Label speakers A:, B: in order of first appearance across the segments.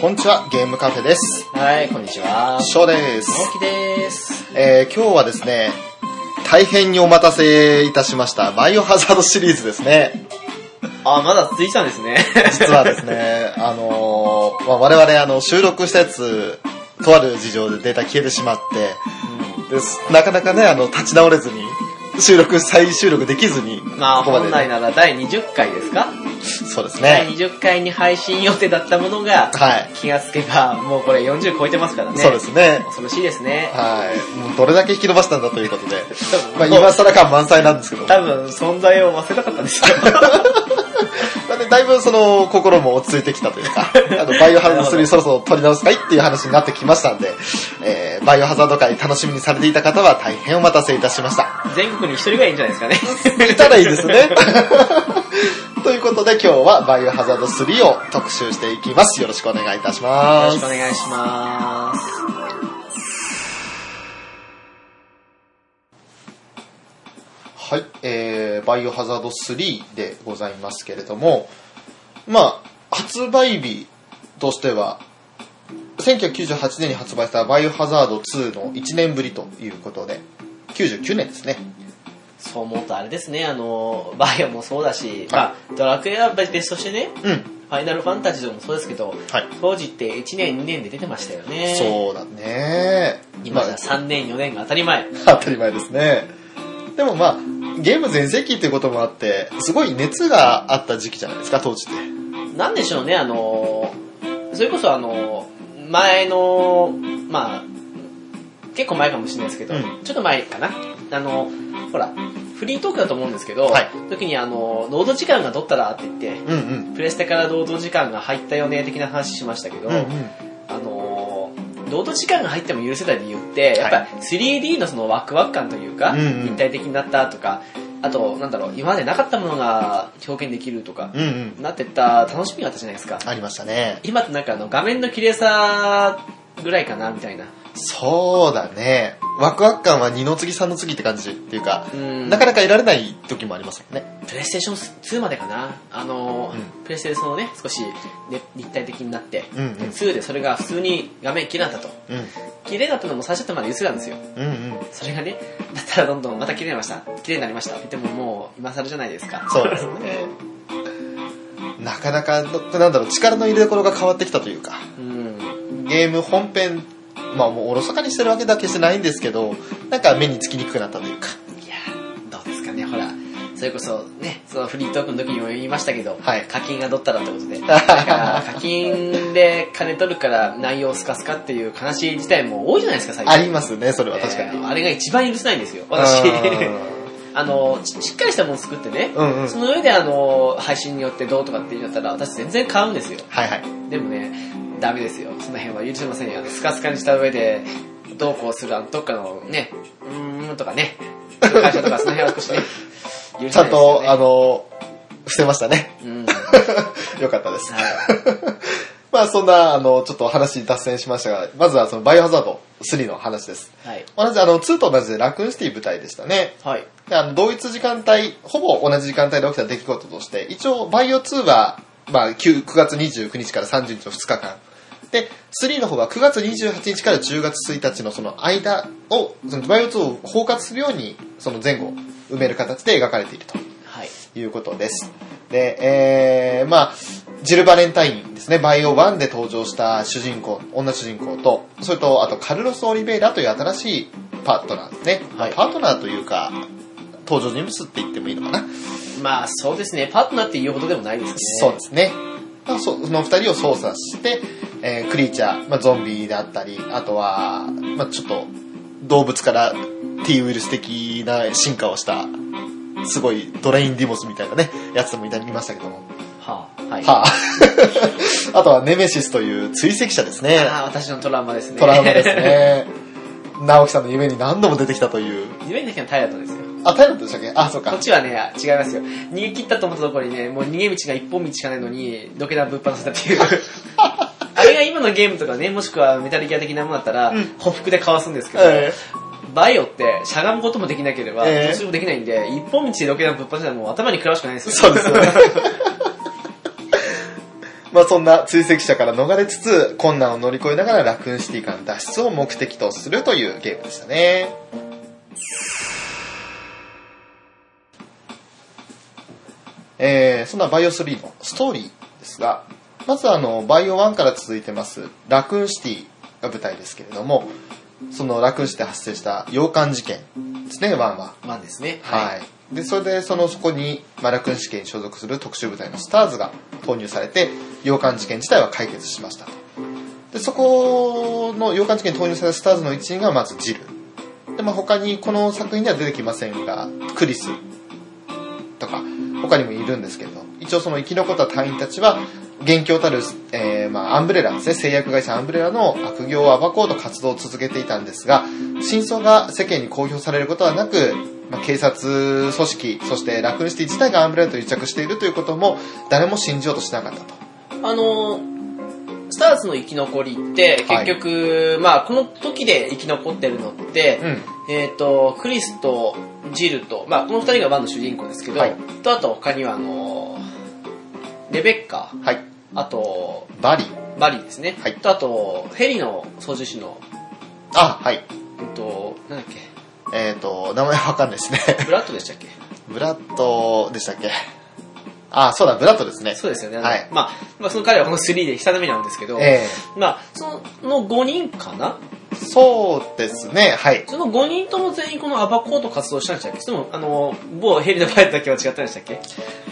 A: こんにちは、ゲームカフェです。
B: はい、こんにちは。
A: ショーです。
B: 大きです。
A: えー、今日はですね、大変にお待たせいたしました、バイオハザードシリーズですね。
B: あ、まだ続いてたんですね。
A: 実 はですね、あのーまあ、我々、あの、収録したやつ、とある事情でデータ消えてしまって、ですなかなかね、あの、立ち直れずに、収録、再収録できずに、
B: まあ、
A: ここま
B: 本
A: でね、
B: 来なら第20回ですか、
A: そうです
B: 第
A: ね。
B: 20回に配信予定だったものが、
A: はい。
B: 気がつけば、もうこれ40超えてますからね。
A: そうで。すね。
B: 恐ろしいですね。
A: はい。もうどれだけ引き伸ばしたんだということで、まあ、
B: 多分
A: 今更感満載なんですけども
B: 多分、存在を忘れたかったんですよ。
A: なんでだいぶその心も落ち着いてきたというか、あのバイオハザード3そろそろ取り直すかいっていう話になってきましたんで、えーバイオハザード界楽しみにされていた方は大変お待たせいたしま した。
B: 全国に一人ぐらいいるんじゃないですかね。
A: いたらいいですね。 ということで今日はバイオハザード3を特集していきます。よろしくお願いいたし
B: よ
A: ま
B: ろしくお
A: す。
B: 願いします。
A: はい、えー、バイオハザード3でございますけれども、まあ、発売日としては、1998年に発売したバイオハザード2の1年ぶりということで、99年ですね。
B: そう思うとあれですね、あの、バイオもそうだし、
A: は
B: まあ、ドラクエは別としてね、
A: うん。
B: ファイナルファンタジーもそうですけど、
A: はい。
B: 当時って1年2年で出てましたよね。
A: そうだね。
B: 今じ
A: ま
B: ゃ
A: あ
B: 3年4年が当たり前。
A: 当たり前ですね。でもまあ、ゲーム全盛期っていうこともあって、すごい熱があった時期じゃないですか、当時って。
B: なんでしょうね、あのー、それこそあのー、前の、まあ、結構前かもしれないですけど、
A: うん
B: ちょっと前かな。あの、ほら、フリートークだと思うんですけど、
A: はい
B: 時にあの、労働時間が取ったらって言って、
A: うんうん。
B: プレステから労働時間が入ったよね、的な話しましたけど、
A: うんうん。
B: あのー、労働時間が入っても許せた理由って、やっぱり 3D のそのワクワク感というか、
A: うんうん
B: 立体的になったとか、あと、なんだろう、今までなかったものが表現できるとか、
A: うんうん。
B: なってった楽しみがあったじゃないですか。
A: ありましたね。
B: 今ってなんかあの画面の綺麗さぐらいかなみたいな。
A: そうだね。ワクワク感は二の次三の次って感じっていうか、
B: うん。
A: なかなか得られない時もありますよね。
B: プレイステーション2までかな。あのー、
A: う
B: プレイステーションのね、少し、ね、立体的になって、
A: うんうん
B: で2でそれが普通に画面綺麗だったと。
A: うん。
B: 綺麗だったのも最初だったまで薄なんですよ。
A: うんうん。
B: それがね、だったらどんどんまた綺麗になりました。綺麗になりました。でももう今更じゃないですか。
A: そうですね。なかなか、なんだろう、力の入れ所が変わってきたというか、
B: うん。
A: ゲーム本編、まあもうおろそかにしてるわけだけしてないんですけど、なんか目につきにくくなったというか。
B: いやーどうですかね、ほら。それこそね、そのフリートークの時にも言いましたけど、
A: はい
B: 課金がどったらってことで。だから課金で金取るから内容スカスカっていう悲しい事態も多いじゃないですか、最近。
A: ありますね、それは確か
B: え
A: に。
B: ーあれが一番許せないんですよ、私。
A: う
B: あの、ししっかりしたもの作ってね、
A: んうん。
B: その上であの、配信によってどうとかって言うんだったら、私全然買うんですよ。
A: はいはい。
B: でもね、ダメですよ。その辺は許せませんよ。スカスカにした上で、どうこうする、あの、どっかのね、うーんとかね、会社とかその辺は少しね、許
A: ちゃんと、あの、伏せましたね。
B: の、うん。
A: よかったです。
B: はい。
A: まあそんな、あの、ちょっとお話脱線しましたが、まずはそのバイオハザード3の話です。
B: はい。
A: 同じ、あの、2と同じでラクーンシティ舞台でしたね。
B: はい。
A: であの、同一時間帯、ほぼ同じ時間帯で起きた出来事として、一応、バイオ2は、まあ9、9月29日から30日の2日間。で、3の方は9月28日から10月1日のその間を、そのバイオ2を包括するように、その前後、埋める形で描かれていると。
B: はい。
A: ということです。で、えー、まあジル・バレンタインですね、バイオ1で登場した主人公、女主人公と、それと、あと、カルロス・オリベイラという新しいパートナーですね。
B: はい
A: パートナーというか、登場人物って言ってもいいのかな。
B: まあ、そうですね。パートナーっていうほどでもないですね。
A: そうですね。まあそその二人を操作して、えークリーチャー、まあ、ゾンビだったり、あとは、まあ、ちょっと動物から T ウイルス的な進化をした、すごいドレイン・ディモスみたいなね、やつもいたりましたけども。
B: はあ、はい。
A: はあ、あ とはネメシスという追跡者ですね。
B: あー私のトラウマですね。
A: トラウマです。ね。直樹さんの夢に何度も出てきたという。
B: 夢の時は平らですよ。
A: あ、タイラットでしたっけあ、そう
B: こっ
A: か。
B: ちはね、違いますよ。逃げ切ったと思ったところにね、もう逃げ道が一本道しかないのに、土下座ぶっ放せたっていう。 あれが今のゲームとかね、もしくはメタルギア的なものだったら、報復でかわすんですけど、
A: え
B: バイオってしゃがむこともできなければ、
A: ええ
B: 突進もできないんで、一本道で土下座ぶっ放せたらもう頭に食らうしかないんで
A: ー
B: す
A: そ
B: よ。
A: うですよね。まあそんな追跡者から逃れつつ、困難を乗り越えながらラクーンシティからの脱出を目的とするというゲームでしたね。えー、そんなバイオ3のストーリーですが、まずあの、バイオ1から続いてます、ラクーンシティが舞台ですけれども、そのラクーンシティで発生した洋館事件ですね、1は。
B: まあですね。
A: はい。で、それで、その、そこに、マラクン試験に所属する特殊部隊のスターズが投入されて、洋館事件自体は解決しましたと。で、そこの洋館事件に投入されたスターズの一員が、まずジル。で、まあ、他に、この作品では出てきませんが、クリスとか、他にもいるんですけど、一応その生き残った隊員たちは、元凶たる、えーまあ、アンブレラですね、製薬会社アンブレラの悪行を暴こうと活動を続けていたんですが、真相が世間に公表されることはなく、まあ、警察組織、そしてラクーンシティ自体がアンブレラと癒着しているということも、誰も信じようとしなかったと。
B: あのースターズの生き残りって、
A: はい
B: 結局、まあ、この時で生き残ってるのって、
A: うん。
B: えっ、と、クリスとジルと、まあ、この二人がバンの主人公ですけど、
A: はい
B: と、あと他には、あのーレベッカ、
A: はい。
B: あと、
A: バリー。
B: バリーですね。
A: はい
B: と、あと、ヘリの操縦士の、
A: あ、はい。
B: えっ、と、なんだっけ、
A: えっ、と、名前わかんないですね。
B: ブラッドでしたっけ
A: ブラッドでしたっけあ、そうだ、ブラッドですね。
B: そうですよね。あの
A: はい
B: まあ、まあ、その彼はこの3で下の目なんですけど、
A: え
B: まあ、その5人かな
A: ーそうですね、はい。
B: その5人とも全員このアバコート活動したんでしたっけそれとも、あの、某ヘリのパイロットだけは違ったんでしたっけ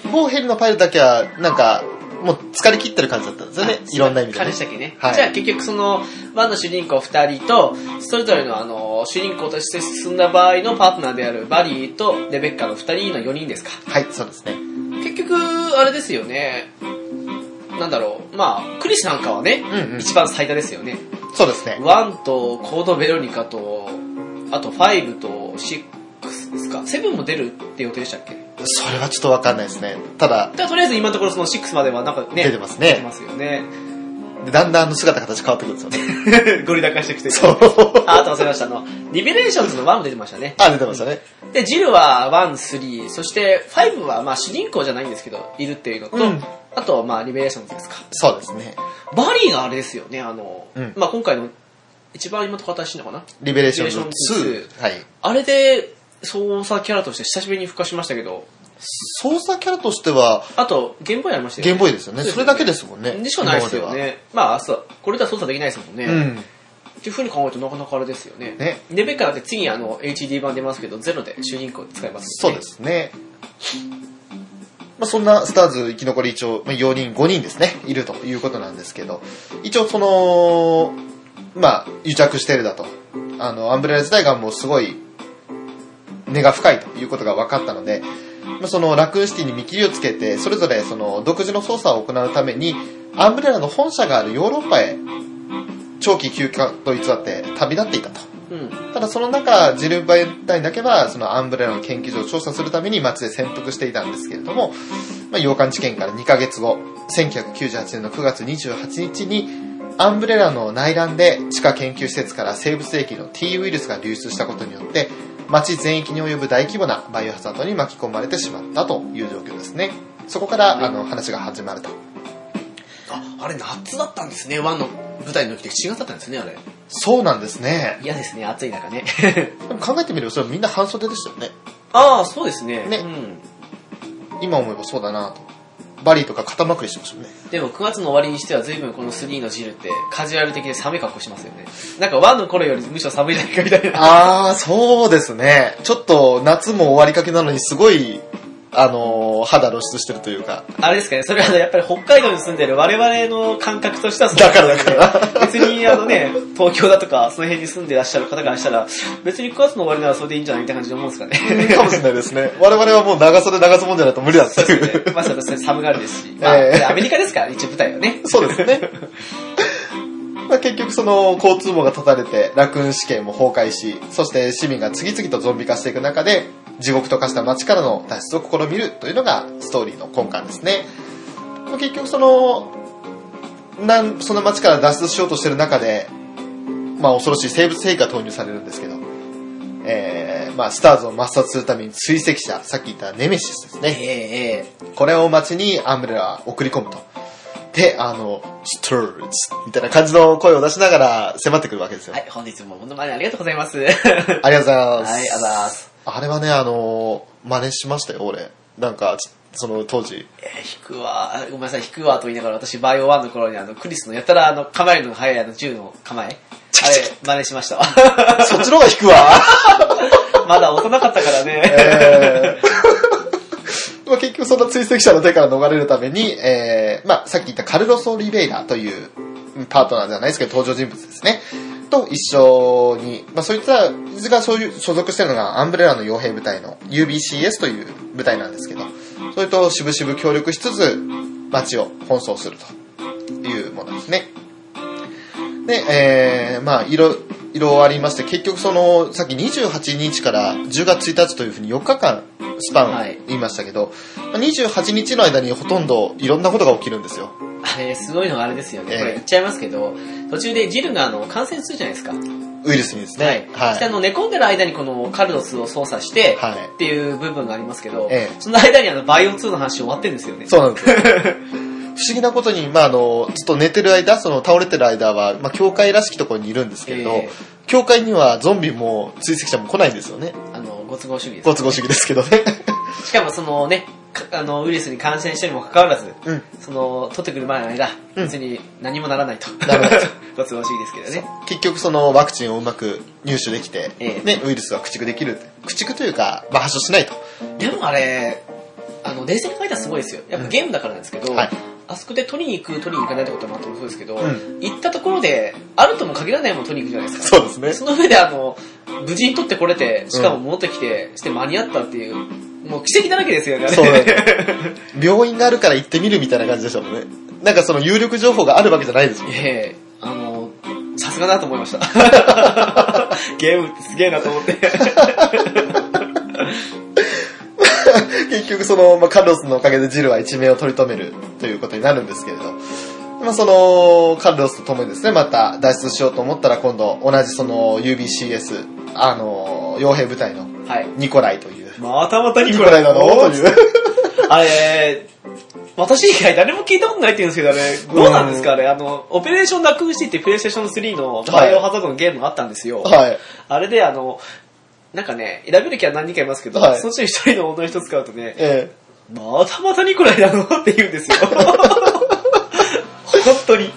A: もうヘリのパイロットだけは、なんか、もう疲れ切ってる感じだったんですよね。いろんな意味で、
B: 彼
A: ね
B: でし。たっけね。
A: はい
B: じゃあ結局その、ワンの主人公2人と、それぞれのあの、主人公として進んだ場合のパートナーであるバリーとレベッカの2人の4人ですか。
A: はい、そうですね。
B: 結局、あれですよね。なんだろう。まあ、クリスなんかはね、
A: うんうん
B: 一番最多ですよね。
A: そうですね。
B: 1とコードベロニカと、あと5と6ですか。7も出るって予定でしたっけ
A: それはちょっとわかんないですね。ただ、
B: だとりあえず今のところその6まではなんかね、
A: 出てます
B: 出て
A: ね。
B: ますよね。
A: だんだんあの姿形変わってくるんですよね。
B: ゴリラ化してきて。
A: そう。
B: あ、あと忘れました。あの、リベレーションズの1も出てましたね。
A: あ、出てましたね。
B: で、ジルは1、3、そして5はまあ主人公じゃないんですけど、いるっていうのと、
A: うん
B: あとまあリベレーションズですか。
A: そうですね。
B: バリーがあれですよね、あの、
A: うん
B: まあ今回の一番今と形しいのかな
A: リベレーションズ
B: リベレーションズ
A: 2。はい。
B: あれで操作キャラとして久しぶりに復活しましたけど、
A: 操作キャラとしては、
B: あと、ゲームボーイありました
A: ゲー
B: よ
A: ムボ
B: ね。
A: ーイですよね。それだけですもんね。
B: でしかないですよね。まあ、そう。これでは操作できないですもんね。
A: 今までは。うん。
B: っていうふうに考えるとなかなかあれですよね。
A: ね
B: レベッカだって次あの HD 版出ますけど、ゼロで主人公使います、
A: そうで。すね。まあ、そんなスターズ生き残り一応、まあ、4人、5人ですね、いるということなんですけど、一応その、まあ、癒着してるだと。あの、アンブレラ自体がもうすごい、根が深いということが分かったので、まあ、そのラクーンシティに見切りをつけて、それぞれその独自の捜査を行うために、アンブレラの本社があるヨーロッパへ、長期休暇と偽って旅立っていたと。
B: うん。
A: ただその中、ジルバイ隊だけは、そのアンブレラの研究所を調査するために街で潜伏していたんですけれども、まあ、洋館事件から2ヶ月後、1998年の9月28日に、アンブレラの内乱で地下研究施設から生物液の T ウイルスが流出したことによって、街全域に及ぶ大規模なバイオハザードに巻き込まれてしまったという状況ですね。そこから、あの、話が始まると。
B: あ、あれ夏だったんですね、ワンの舞台の時って7月だったんですね、あれ。
A: そうなんですね。
B: 嫌ですね、暑い中ね。
A: でも考えてみれば、それみんな半袖でしたよね。
B: ああ、そうですね。
A: ね
B: う
A: 今思えばそうだなと。バリーとか肩まくりしてましたよね。
B: ん。でも9月の終わりにしては随分この3のジルってカジュアル的で寒い格好しますよね。なんかワンの頃よりむしろ寒いじゃないかみたい な。
A: あー、そうですね。ちょっと夏も終わりかけなのにすごい、あのー肌露出してるというか。
B: あれですかね、それはあのやっぱり北海道に住んでる我々の感覚としてはそう
A: だから
B: なんで
A: だか
B: すね
A: ら。
B: 別にあのね、東京だとか、その辺に住んでらっしゃる方からしたら、別に9月の終わりならそれでいいんじゃないみたいな感じで思うんですか ね。
A: かもしれないですね。我々はもう長袖長ズボンじゃないと無理だって
B: そうで
A: い
B: す
A: う。
B: ね。まあ、それそれ寒がりですし。まあ、
A: ええ
B: アメリカですから、一応舞台はね。
A: そうですね。まあ結局その交通網が断たれて、ラクーン試験も崩壊し、そして市民が次々とゾンビ化していく中で、地獄と化した街からの脱出を試みるというのがストーリーの根幹ですね。まあ結局その、なんその街から脱出しようとしてる中で、まあ恐ろしい生物兵器が投入されるんですけど、えー、まあスターズを抹殺するために追跡者、さっき言ったネメシスです
B: え
A: ね。
B: ええ
A: これを街にアンブレラは送り込むと。で、あの、ストールズみたいな感じの声を出しながら迫ってくるわけですよ。
B: はい、本日も本当にありがとうございます。はい、
A: ありがとうございます。
B: あざーす。
A: あれはね、あの、真似しましたよ、俺。なんか、ちその当 時。
B: えー引くわ、ごめんなさい、引くわと言いながら私、バイオ1の頃にあの、クリスのやたらあの、構えるのが早いあの、銃の構え。あれ、真似しましたわ。
A: そっちの方が引くわ。
B: まだ幼かったからね。
A: えー まあ結局その追跡者の手から逃れるために、えーまあ、さっき言ったカルロス・オリベイラといううんパートナーじゃないですけど登場人物ですね。と一緒に、まあ、そいつらがそういう所属してるのがアンブレラの傭兵部隊の UBCS という部隊なんですけど、それと渋々協力しつつ街を奔走するというものですね。で、えー、まあ、いろ、いろありまして、結局その、さっき28日から10月1日というふうに4日間スパ
B: は
A: ン
B: い
A: 言いましたけど、まあ28日の間にほとんどいろんなことが起きるんですよ。
B: あれ、すごいのがあれですよね。
A: ええ
B: これ言っちゃいますけど、途中でジルがあの、感染するじゃないですか。
A: ウイルスにですね。
B: そしてあの、寝込んでる間にこのカルロスを操作して、
A: はい
B: っていう部分がありますけど、
A: ええ
B: その間にあの、バイオ2の話終わってるんですよね。
A: そうなんです よ。不思議なことに、まあ、あの、ずっと寝てる間、その倒れてる間は、まあ、教会らしきところにいるんですけれど、
B: ええ
A: 教会にはゾンビも追跡者も来ないんですよね。
B: あの、ご都合主義です。
A: ご都合主義ですけど ね。
B: しかもそのね、かあの、ウイルスに感染してもかかわらず、
A: うん
B: その、取ってくる前の間、
A: うん
B: 別に何もならないと。
A: ならないと
B: ご都合主義ですけどね。
A: 結局そのワクチンをうまく入手できて、
B: ええ
A: ね、ウイルスは駆逐できる。駆逐というか、まあ、発症しないと。
B: でもあれ、あの、冷静に書いたらすごいですよ。やっぱゲームだからなんですけど、
A: はい
B: あそこで取りに行く、取りに行かないってこともあったと思うんですけど、
A: ん
B: 行ったところで、あるとも限らないもの取りに行くじゃないですか。
A: そうですね
B: その上で、あの、無事に取ってこれて、しかも戻ってきて、して間に合ったっていう、もう奇跡だらけですよね、あれ
A: そうなんです病院があるから行ってみるみたいな感じでしたもんね。なんかその有力情報があるわけじゃない ですもん。
B: ええあの、さすがだと思いました。 ゲームってすげえなと思って。
A: 結局その、まあ、カルロスのおかげでジルは一命を取り留めるということになるんですけれど、まあ、その、カルロスと共にですね、また脱出しようと思ったら今度、同じその UBCS、あの、傭兵部隊の
B: はい。
A: ニコライという。
B: またまたニ
A: ニコライなのという。
B: あれ、私以外誰も聞いたことないって言うんですけど、あれ、どうなんですかあれ、あの、オペレーションダックンシーってプレイステーション3のバイオハザードのゲームがあったんですよ。
A: はい。
B: あれで、あの、なんかね、選べるキャラ何人かいますけど、
A: はい
B: そのうちの一人の女の人使うとね、
A: ええ
B: またまたニコライだのって言う んですよ。本当に。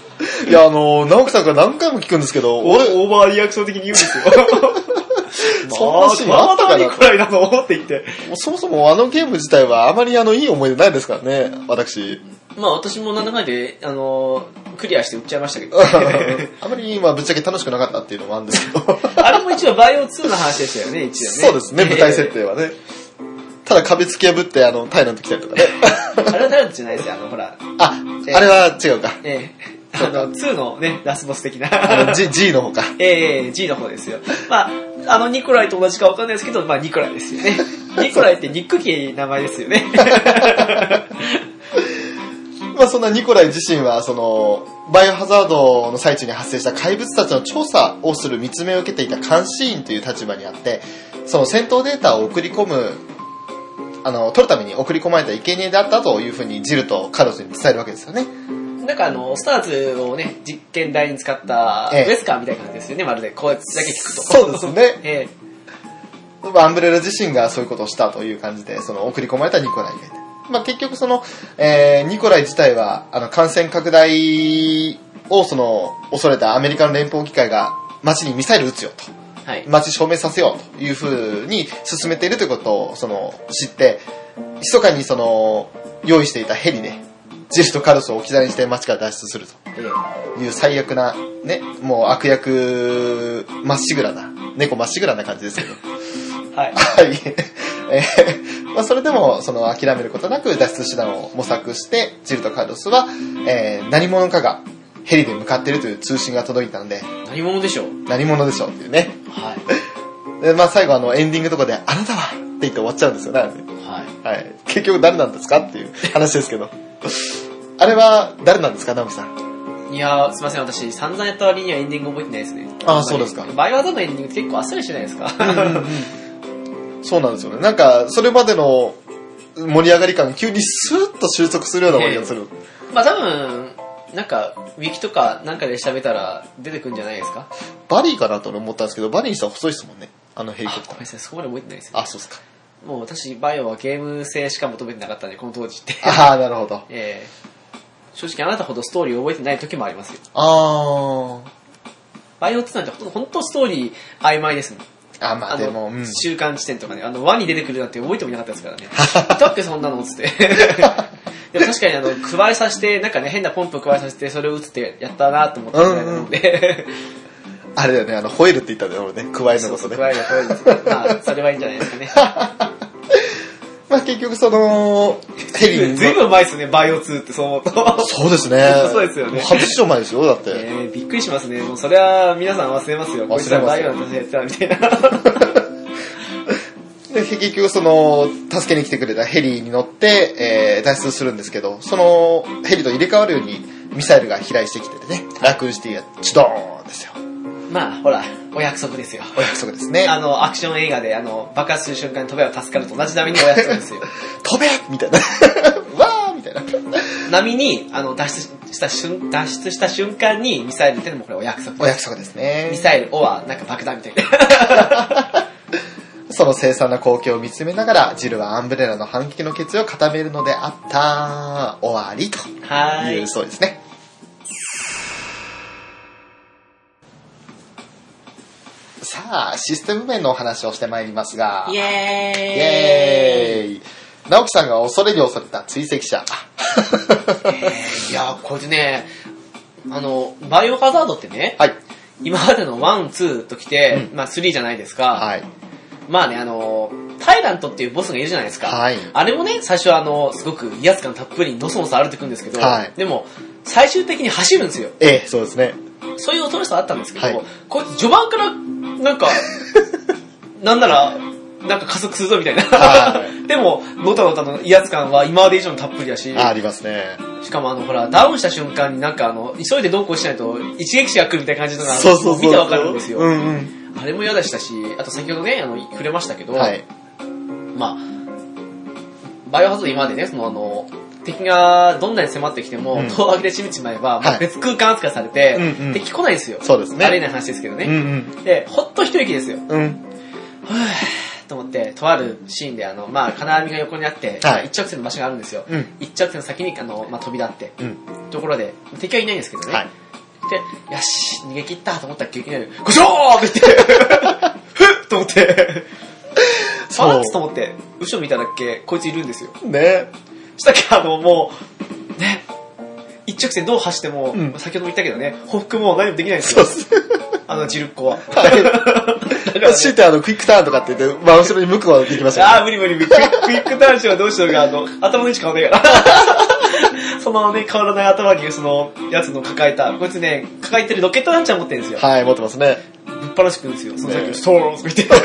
A: いや、あの、直樹さんから何回も聞くんですけど、
B: オ
A: 俺、
B: ーバーリアクション的に言うんですよ。
A: そんなシーンあったかな
B: またニコライだのって言って。
A: そもそもあのゲーム自体はあまりあの、いい思い出ないですからね、 私。
B: まあ私もなんだかんだで、あのークリアして売っちゃいました けど。
A: あまり、まあ、ぶっちゃけ楽しくなかったっていうのもあるんですけど。
B: あれも一応バイオ2の話でしたよね、一応ね。
A: そうですね、舞台設定はね。ただ壁突き破って、あの、タイランド来たりとかね。
B: えー。あれは誰じゃないですよ、あの、ほら、
A: あ、
B: え
A: あれは違うか。
B: ええあの、2のね、ラスボス的 な。
A: あの G, G の方か。
B: ええ G の方ですよ。まあ、あのニコライと同じかわかんないですけど、まあニコライですよね。ニコライってニックキー名前ですよね。
A: まあそんなニコライ自身は、その、バイオハザードの最中に発生した怪物たちの調査をする見つめを受けていた監視員という立場にあって、その戦闘データを送り込む、あの、取るために送り込まれた生贄であったというふうにジルとカロスに伝えるわけですよね。
B: なんかあの、スターズをね、実験台に使ったウ
A: ええ
B: ェスカーみたいな感じですよね、まるで。こうやってだけ聞くと。
A: そうですね
B: ええ
A: まあアンブレラ自身がそういうことをしたという感じで、その送り込まれたニコライがいて。まあ結局その、えーニコライ自体は、あの、感染拡大をその、恐れたアメリカの連邦議会が街にミサイル撃つよと。
B: はい。
A: 街消滅させようというふうに進めているということを、その、知って、密かにその、用意していたヘリで、ジェフとカルスを置き去りにして街から脱出すると。
B: ええ
A: いう最悪な、ね、もう悪役、まっしぐらな、猫まっしぐらな感じですけど。
B: はい。
A: はい。えーまあ、それでも、その、諦めることなく脱出手段を模索して、ジルとカルロスは、えー何者かがヘリで向かっているという通信が届いたので、
B: 何者でしょう
A: 何者でしょうっていうね。
B: はい。
A: で、まあ、最後、あの、エンディングとかで、あなたはって言って終わっちゃうんですよね。あれね
B: はい。
A: はい。結局誰なんですかっていう話ですけど。あれは、誰なんですか、ナオキさん。
B: いやー、すいません、私、散々やった割にはエンディング覚えてないですね。
A: あーそうですか
B: バイオハザードのエンディングって結構あっさりしてないですか。
A: そうなんですよね。なんか、それまでの盛り上がり感が急にスーッと収束するような感じがする。
B: まあ多分、なんか、ウィキとかなんかで調べたら出てくんじゃないですか
A: バリーかなと俺思ったんですけど、バリーにしたら細いですもんね。あのヘリ
B: あ
A: コプ
B: ご
A: タ
B: めんな
A: ー。
B: さい、そこまで覚えてないですね。
A: あ、そうっすか。
B: もう私、バイオはゲーム性しか求めてなかったんで、この当時って。
A: ああ、なるほど。
B: えー正直あなたほどストーリーを覚えてない時もありますよ。
A: あー。
B: バイオ2なんてほんとほんとストーリー曖昧ですもん。
A: あ、まあでも、
B: の、
A: うん。
B: 中間地点とかね、あの、輪に出てくるなんて覚えてもいなかったですから ね。いたっけそんなのつって。でも確かにあの、加えさせて、なんかね、変なポンプ加えさせて、それを打つってやったなと思ったぐらいなので。
A: あれだよね、あの、吠えるって言ったんだよ、俺ね。加えのことね。
B: 加える加えるっつって。まあ、それはいいんじゃないで すかね。
A: まあ結局その、ヘリに。
B: ずいぶん前ですね、バイオ2ってそう思うと。
A: そうですね。
B: そうですよね
A: 初出場前ですよ、だっ
B: え
A: て。
B: ー、びっくりしますね。もうそれは皆さん忘れます
A: 忘れ
B: よ。
A: ますよ
B: こいつらバイオのやってたみたいな。
A: で、結局その、助けに来てくれたヘリに乗って、えー脱出するんですけど、そのヘリと入れ替わるようにミサイルが飛来してきててね、ラクーンシティがチドーンですよ。
B: まあ、ほら、お約束ですよ。
A: お約束ですね。
B: あの、アクション映画で、あの、爆発する瞬間に飛べば助かると同じ波にお約束です よ。
A: 飛べみたいな。 わーみたいな。
B: 波に、あの、脱出した瞬、脱出した瞬間にミサイルってのもこれお約束
A: お約束ですね
B: ミ。サイル、おは、なんか爆弾みたいな。
A: その凄惨な光景を見つめながら、ジルはアンブレラの反撃の決意を固めるのであった。終わりと
B: はー
A: い、。
B: いう
A: そうですね。さあ、システム面のお話をしてまいりますが、
B: イエーイ
A: イエーイ直樹さんが恐れに恐れた追跡者。
B: いや、これね、あの、バイオハザードってね、
A: はい。
B: 今までの1、2ときて、まあ3じゃないですか。
A: はい。
B: まあね、あの、タイラントっていうボスがいるじゃないですか。
A: はい
B: あれもね、最初はあの、すごく威圧感たっぷりにのそのそ歩いてくんですけど、
A: はい
B: でも、最終的に走るんですよ。
A: ええ、そうですね。
B: そういう恐ろしさあったんですけど、
A: はい
B: こいつ序盤から、な んか、なんなら、なんか加速するぞみたいな。
A: は
B: でも、のたのたの威圧感は今まで以上にたっぷりだし、
A: あありますね。
B: しかもあの、ほら、ダウンした瞬間になんかあの、急いでどうこうしないと一撃死が来るみたいな感じのが、
A: そうそうそう。
B: 見てわかるんですよ。
A: うんうん。
B: あれも嫌でしたし、あと先ほどね、あの、触れましたけど、
A: はい。
B: まあ、バイオハザード今までね、そのあの、敵がどんなに迫ってきても、
A: うん
B: 戸を開けて閉めちまえば、
A: はい
B: 別空間扱いされて、
A: うんうん
B: 敵来ないんですよ。
A: そうですね
B: ありえない話ですけど
A: う
B: ね。
A: ん
B: で、ほっと一息ですよ。
A: うん。うん。
B: ふぅーと思って、とあるシーンで、あの、まあ、金網が横にあって、
A: はい
B: 一直線の場所があるんですよ。
A: うん
B: 一直線の先に、あの、まあ、飛び立って、
A: うん。
B: ところで、敵はいないんですけどね。
A: はい。
B: で、よし、逃げ切ったと思ったら、いきなり、ごしょーって言って、ふっと思って、
A: そう
B: あっと思って、後ろ見ただっけ、こいついるんですよ。
A: ね。
B: したっけ、あの、もう、ね、一直線どう走っても、
A: うん
B: 先ほども言ったけどね、報復も何もできないんです
A: そう
B: よ
A: っ。す。
B: あの、ジルッ コは。だからね
A: 強いてあの、クイックターンとかって言って、真後ろに向くことができました
B: あ
A: よ
B: あ、無理無理無理。クイッククイックターンしようどうしようが、あの、頭の位置変わんないから。 そのね、変わらない頭に、その、やつの抱えた、こいつね、抱えてるロケットランチャー持ってるんですよ。
A: はい、持ってますね。
B: ぶっ放してくるんですよ。その先
A: ね
B: を、ストーンとか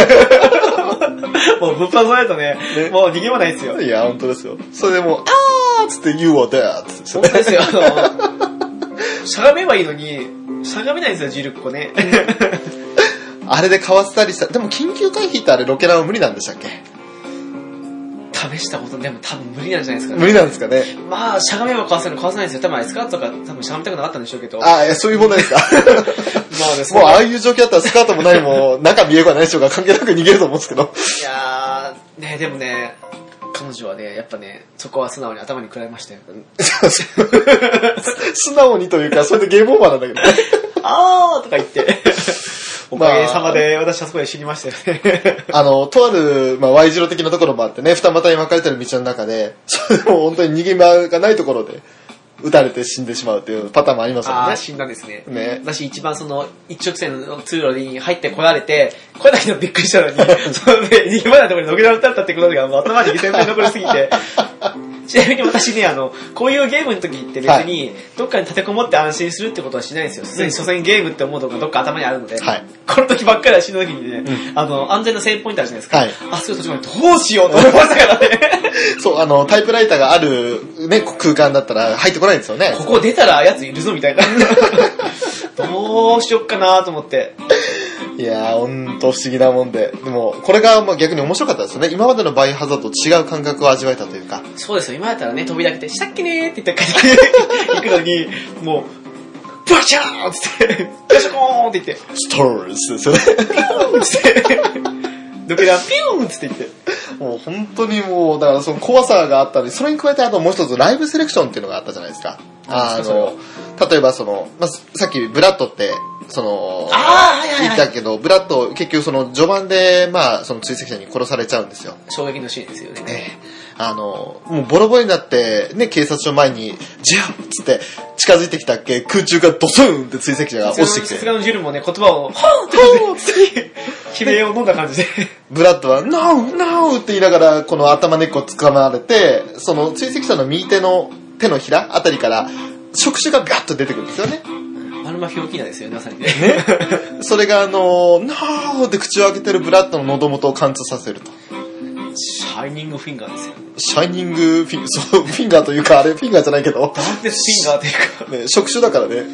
B: 言 って。もうぶっ放さないとね、もう逃げ場ないですよ。
A: いや、本当ですよ。それでもう、あーっつって、You are dead! っつっ
B: 本
A: て
B: 当ですよ、あの、しゃがめばいいのに、しゃがめないんですよ、ジルッコ ね。
A: あれでかわせたりした。でも、緊急回避ってあれ、ロケランは無理なんでしたっけ
B: 試したことでも多分無理なんじゃないですか
A: 無
B: ね。
A: 理なんですかね。
B: まあ、しゃがめばかわせるのかわせないんですよ。多分あれスカートとか、多分しゃがみたくなかったんでしょうけど。まあ
A: ああ、いやそういう問題です か。
B: ね、そ
A: もう、
B: の
A: ああいう状況だったら、スカートもないもん、中見えばない人が関係なく逃げると思うんですけど。
B: いやー、ね、でもね、彼女はね、やっぱね、そこは素直に頭に食らいましたよ。
A: 素直にというか、それでゲームオーバーなんだけどね。
B: あーとか言って、 お
A: まあ
B: かげさまで私はそこで死にましたよね。
A: あの、とある、まあ、Y 字路的なところもあってね、二股に分かれてる道の中で、それでも本当に逃げ場がないところで、撃たれて死んでしまうっていうパターンもありますよ
B: あー、
A: ね。
B: 死んだんですね。
A: ね
B: 私一番その一直線の通路に入ってこられて、これだけのびっくりし たのに、そのね、逃げ場ないところにのけられたったってことがもう頭に先輩残りすぎ て、ちなみに私ね、あの、こういうゲームの時って別に、どっかに立てこもって安心するってことはしないんですよ。すでに所詮ゲームって思うとこがどっか頭にあるので、
A: はい
B: この時ばっかりは死ぬ時にね、あの、安全なセーブポイントあるじゃないですか。
A: はい
B: あそこ途中までどうしようと思いましたから ね。
A: そう、あの、タイプライターがある、ね、空間だったら入ってこないんですよね。
B: ここ出たらやついるぞみた いな。どうしよっかなと思って。
A: いやー、ほんと不思議なもんで。でも、これがまあ逆に面白かったですよね。今までのバイオハザードと違う感覚を味わえたというか。
B: そうですよ、今だったらね、飛びだけて、したっけねーって言って帰って 行くのに、もう、バチャーンっつって、ガシャコーンって言って、
A: ストーリーズですよね。
B: ピューンっつって、ドケラピューンっつって言って、
A: もう本当にもう、だからその怖さがあったのに、それに加えてあともう一つライブセレクションっていうのがあったじゃないですか。
B: あ
A: あ
B: そう
A: の、例えばその、まあ、さっきブラッドって、その、
B: あーはいはい
A: 言
B: は
A: っ
B: い
A: たけど、ブラッド結局その序盤で、まあ、その追跡者に殺されちゃうんですよ。
B: 衝撃のシーンですよね。
A: ねあの、もうボロボロになって、ね、警察署前に、じゃあっつって近づいてきたっけ、空中からドスンって追跡者が落ちてき
B: さす
A: て、
B: がのジュルもね、言葉を、ハーン って言って、悲鳴を飲んだ感じで。
A: ブラッドは、ノーノーって言いながら、この頭根っこ掴まれて、その追跡者の右手の手のひらあたりから、触手がガッと出てくるんですよね。
B: アルマヒョウキーナですよね、まさにね。
A: それが、あの、ノーって口を開けてるブラッドの喉元を貫通させると。
B: シャイニングフィンガーですよ。
A: シャイニングフィン、 そう、フィンガーというか、あれフィンガーじゃないけど、
B: ダブルデスフィンガーという か。
A: ね、触手だからね。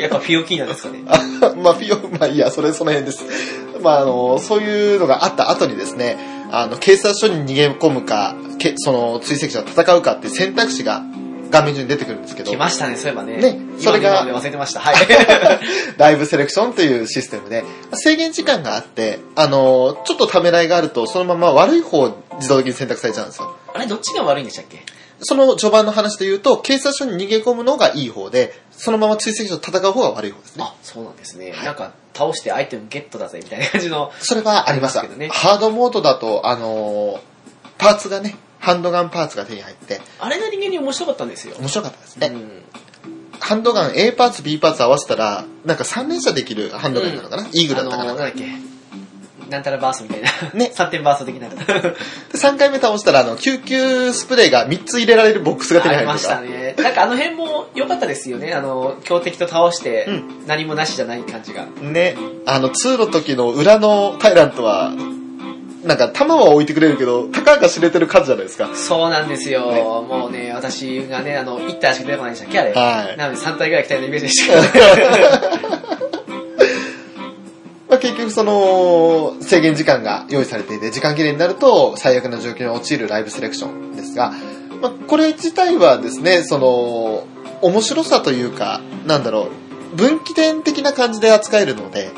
B: やっぱフィオキーナですかね。
A: あ まあ、ピオ、まあいいや、それその辺です。まあ、あの、そういうのがあった後にですね、あの、警察署に逃げ込むか、けその、追跡者と戦うかっていう選択肢が画面上に出てくるんですけど
B: 来、ましたね、そういえばね。
A: ねそれが
B: 今の今ので忘れてました。 はい。
A: ライブセレクションというシステムで、制限時間があって、あの、ちょっとためらいがあると、そのまま悪い方を自動的に選択されちゃうんですよ。
B: あれ、どっちが悪いんでしたっけ
A: その序盤の話で言うと、警察署に逃げ込むのがいい方で、そのまま追跡者と戦う方が悪い方ですね。
B: あ、そうなんですね。なんか、倒してアイテムゲットだぜ、みたいな感じの。
A: それはありました。
B: ありますけどね
A: ハードモードだと、あのーパーツがね、ハンドガンパーツが手に入って、
B: あれが人間に面白かったんですよ。
A: 面白かったです
B: う
A: ね。
B: ん。
A: ハンドガン A パーツ、B パーツ合わせたら、なんか3連射できるハンドガンなのかな、イーグ
B: あ
A: ルだっ
B: の
A: た
B: ー、
A: か
B: なん
A: な。
B: だっけ。なんたらバースみたいな。
A: ね
B: ね。3点バース的な。
A: 3回目倒したら、あの、救急スプレーが3つ入れられるボックスが手に
B: あ
A: 入る
B: りま
A: と
B: した
A: か。
B: ね。なんかあの辺も良かったですよね。あの、強敵と倒して
A: う、
B: 何もなしじゃない感じが。
A: ね、あの、通路時の裏のタイラントは、なんか弾は置いてくれるけど、たかが知れてる数じゃないですか。
B: そうなんですよ。
A: ね
B: もうね、私がね、あの、1体しか出てこないんでしたっけあれ。
A: はい
B: なので3体ぐらい来たようなイメージでしたけどね。
A: まあ、結局その制限時間が用意されていて時間切れになると最悪な状況に陥るライブセレクションですが、まあ、これ自体はですねその面白さというかなんだろう分岐点的な感じで扱えるので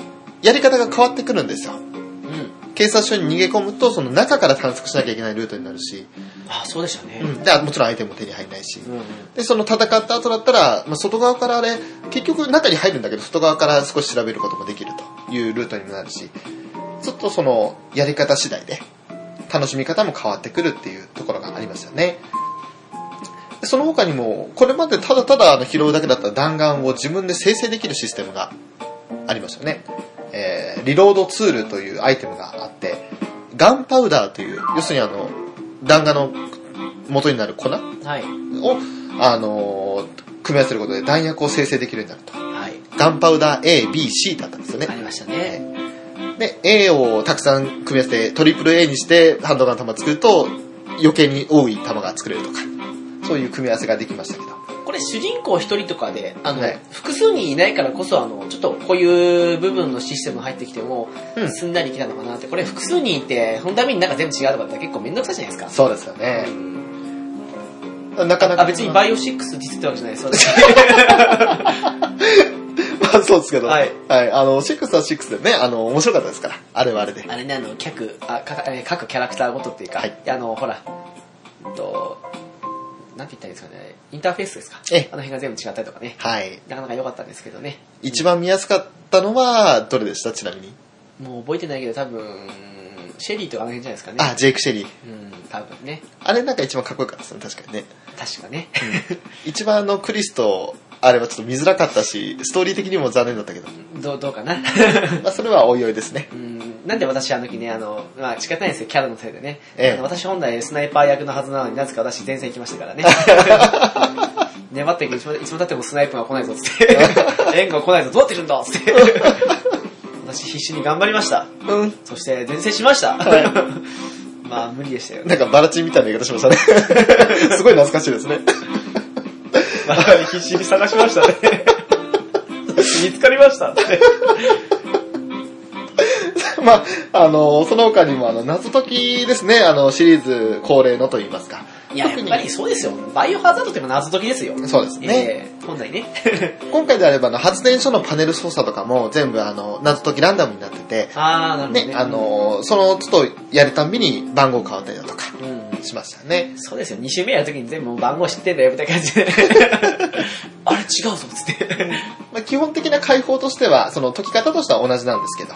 A: やり方が変わってくるんですよ
B: うん。
A: 警察署に逃げ込むとその中から探索しなきゃいけないルートになるし、
B: あ、そうでしたね。
A: うん、であもちろん相手も手に入らないし
B: うんうん
A: でその戦った後だったら、まあ、外側からあれ結局中に入るんだけど外側から少し調べることもできるというルートにもなるしちょっとそのやり方次第で楽しみ方も変わってくるっていうところがありましたねでその他にもこれまでただただあの拾うだけだった弾丸を自分で生成できるシステムがありましたね、えーリロードツールというアイテムがあってガンパウダーという要するにあの弾丸の元になる粉
B: はい。
A: を、あのー組み合わせることで弾薬を生成できるようになると。
B: はい。
A: ガンパウダー A、B、C だったんですよ
B: あ
A: ね。
B: りましたね。
A: で、A をたくさん組み合わせて、トリプル A にしてハンドガン弾作ると、余計に多い弾が作れるとか、そういう組み合わせができましたけど。
B: これ主人公一人とかで、あの、
A: はい
B: 複数人いないからこそ、あの、ちょっとこういう部分のシステム入ってきても、
A: うん
B: すんなり来たのかなって、これ複数人いて、そのためになんか全部違うとかって結構めんどくさいじゃないですか。
A: そうですよね。なかなか。
B: あ、別にバイオシックス実ってわけじゃないです。私
A: まあ そうですけど。は
B: はいい。
A: あの、6は6でね、あの、面白かったですから。あれはあれで。
B: あれね、あの、客、あ、かえー各キャラクターごとっていうか、
A: はい
B: あの、ほら、えっと、なんて言ったらいいんですかね、インターフェースですか。
A: ええ
B: あの辺が全部違ったりとかね。
A: はい。
B: なかなか良かったんですけどね。
A: 一番見やすかったのは、どれでしたちなみに。
B: もう覚えてないけど、多分、シェリーとかあの辺じゃないですかね。
A: あ、ジェイク・シェリー。
B: うん、多分ね。
A: あれなんか一番かっこよかったですね、確かにね。
B: 確かね。
A: 一番あのクリスとあれはちょっと見づらかったしストーリー的にも残念だったけど、
B: どう、どうか な。
A: まあ、それはおいおいですね
B: うん、なんで私あの時ね、あの、まあ仕方ないですよ、キャラのせいでね。
A: ええ
B: あの私本来スナイパー役のはずなのになぜか私前線行きました からね。粘っていくいつもいつも経ってもスナイプが来ないぞっつ って。援護来ないぞ、どうやって来るんだっつって。 私必死に頑張りました。
A: うん
B: そして前線しました。
A: はい
B: まあ無理でしたよ。
A: なんかバラチンみたいな言い方しましたね すごい懐かしいですね
B: まあ必死に探しました ね。見つかりましたって。
A: まああのその他にもあの謎解きですねあのシリーズ恒例のといいますか
B: いや、や
A: 特
B: っ
A: に
B: ぱりそうですよ。バイオハザードってのは謎解きですよ。
A: そうですね。
B: えー本来ね。
A: 今回であればあの発電所のパネル操作とかも全部あの謎解きランダムになってて、
B: ああ、なるほどね。
A: ね、あの、その都度やるたんびに番号変わったりだとか
B: うん。
A: しましたね。
B: そうですよ。2週目やるときに全部番号知ってんだよ、みたいな感じで。 あれ違うぞ、つって。
A: まあ、基本的な解放としては、その解き方としては同じなんですけど、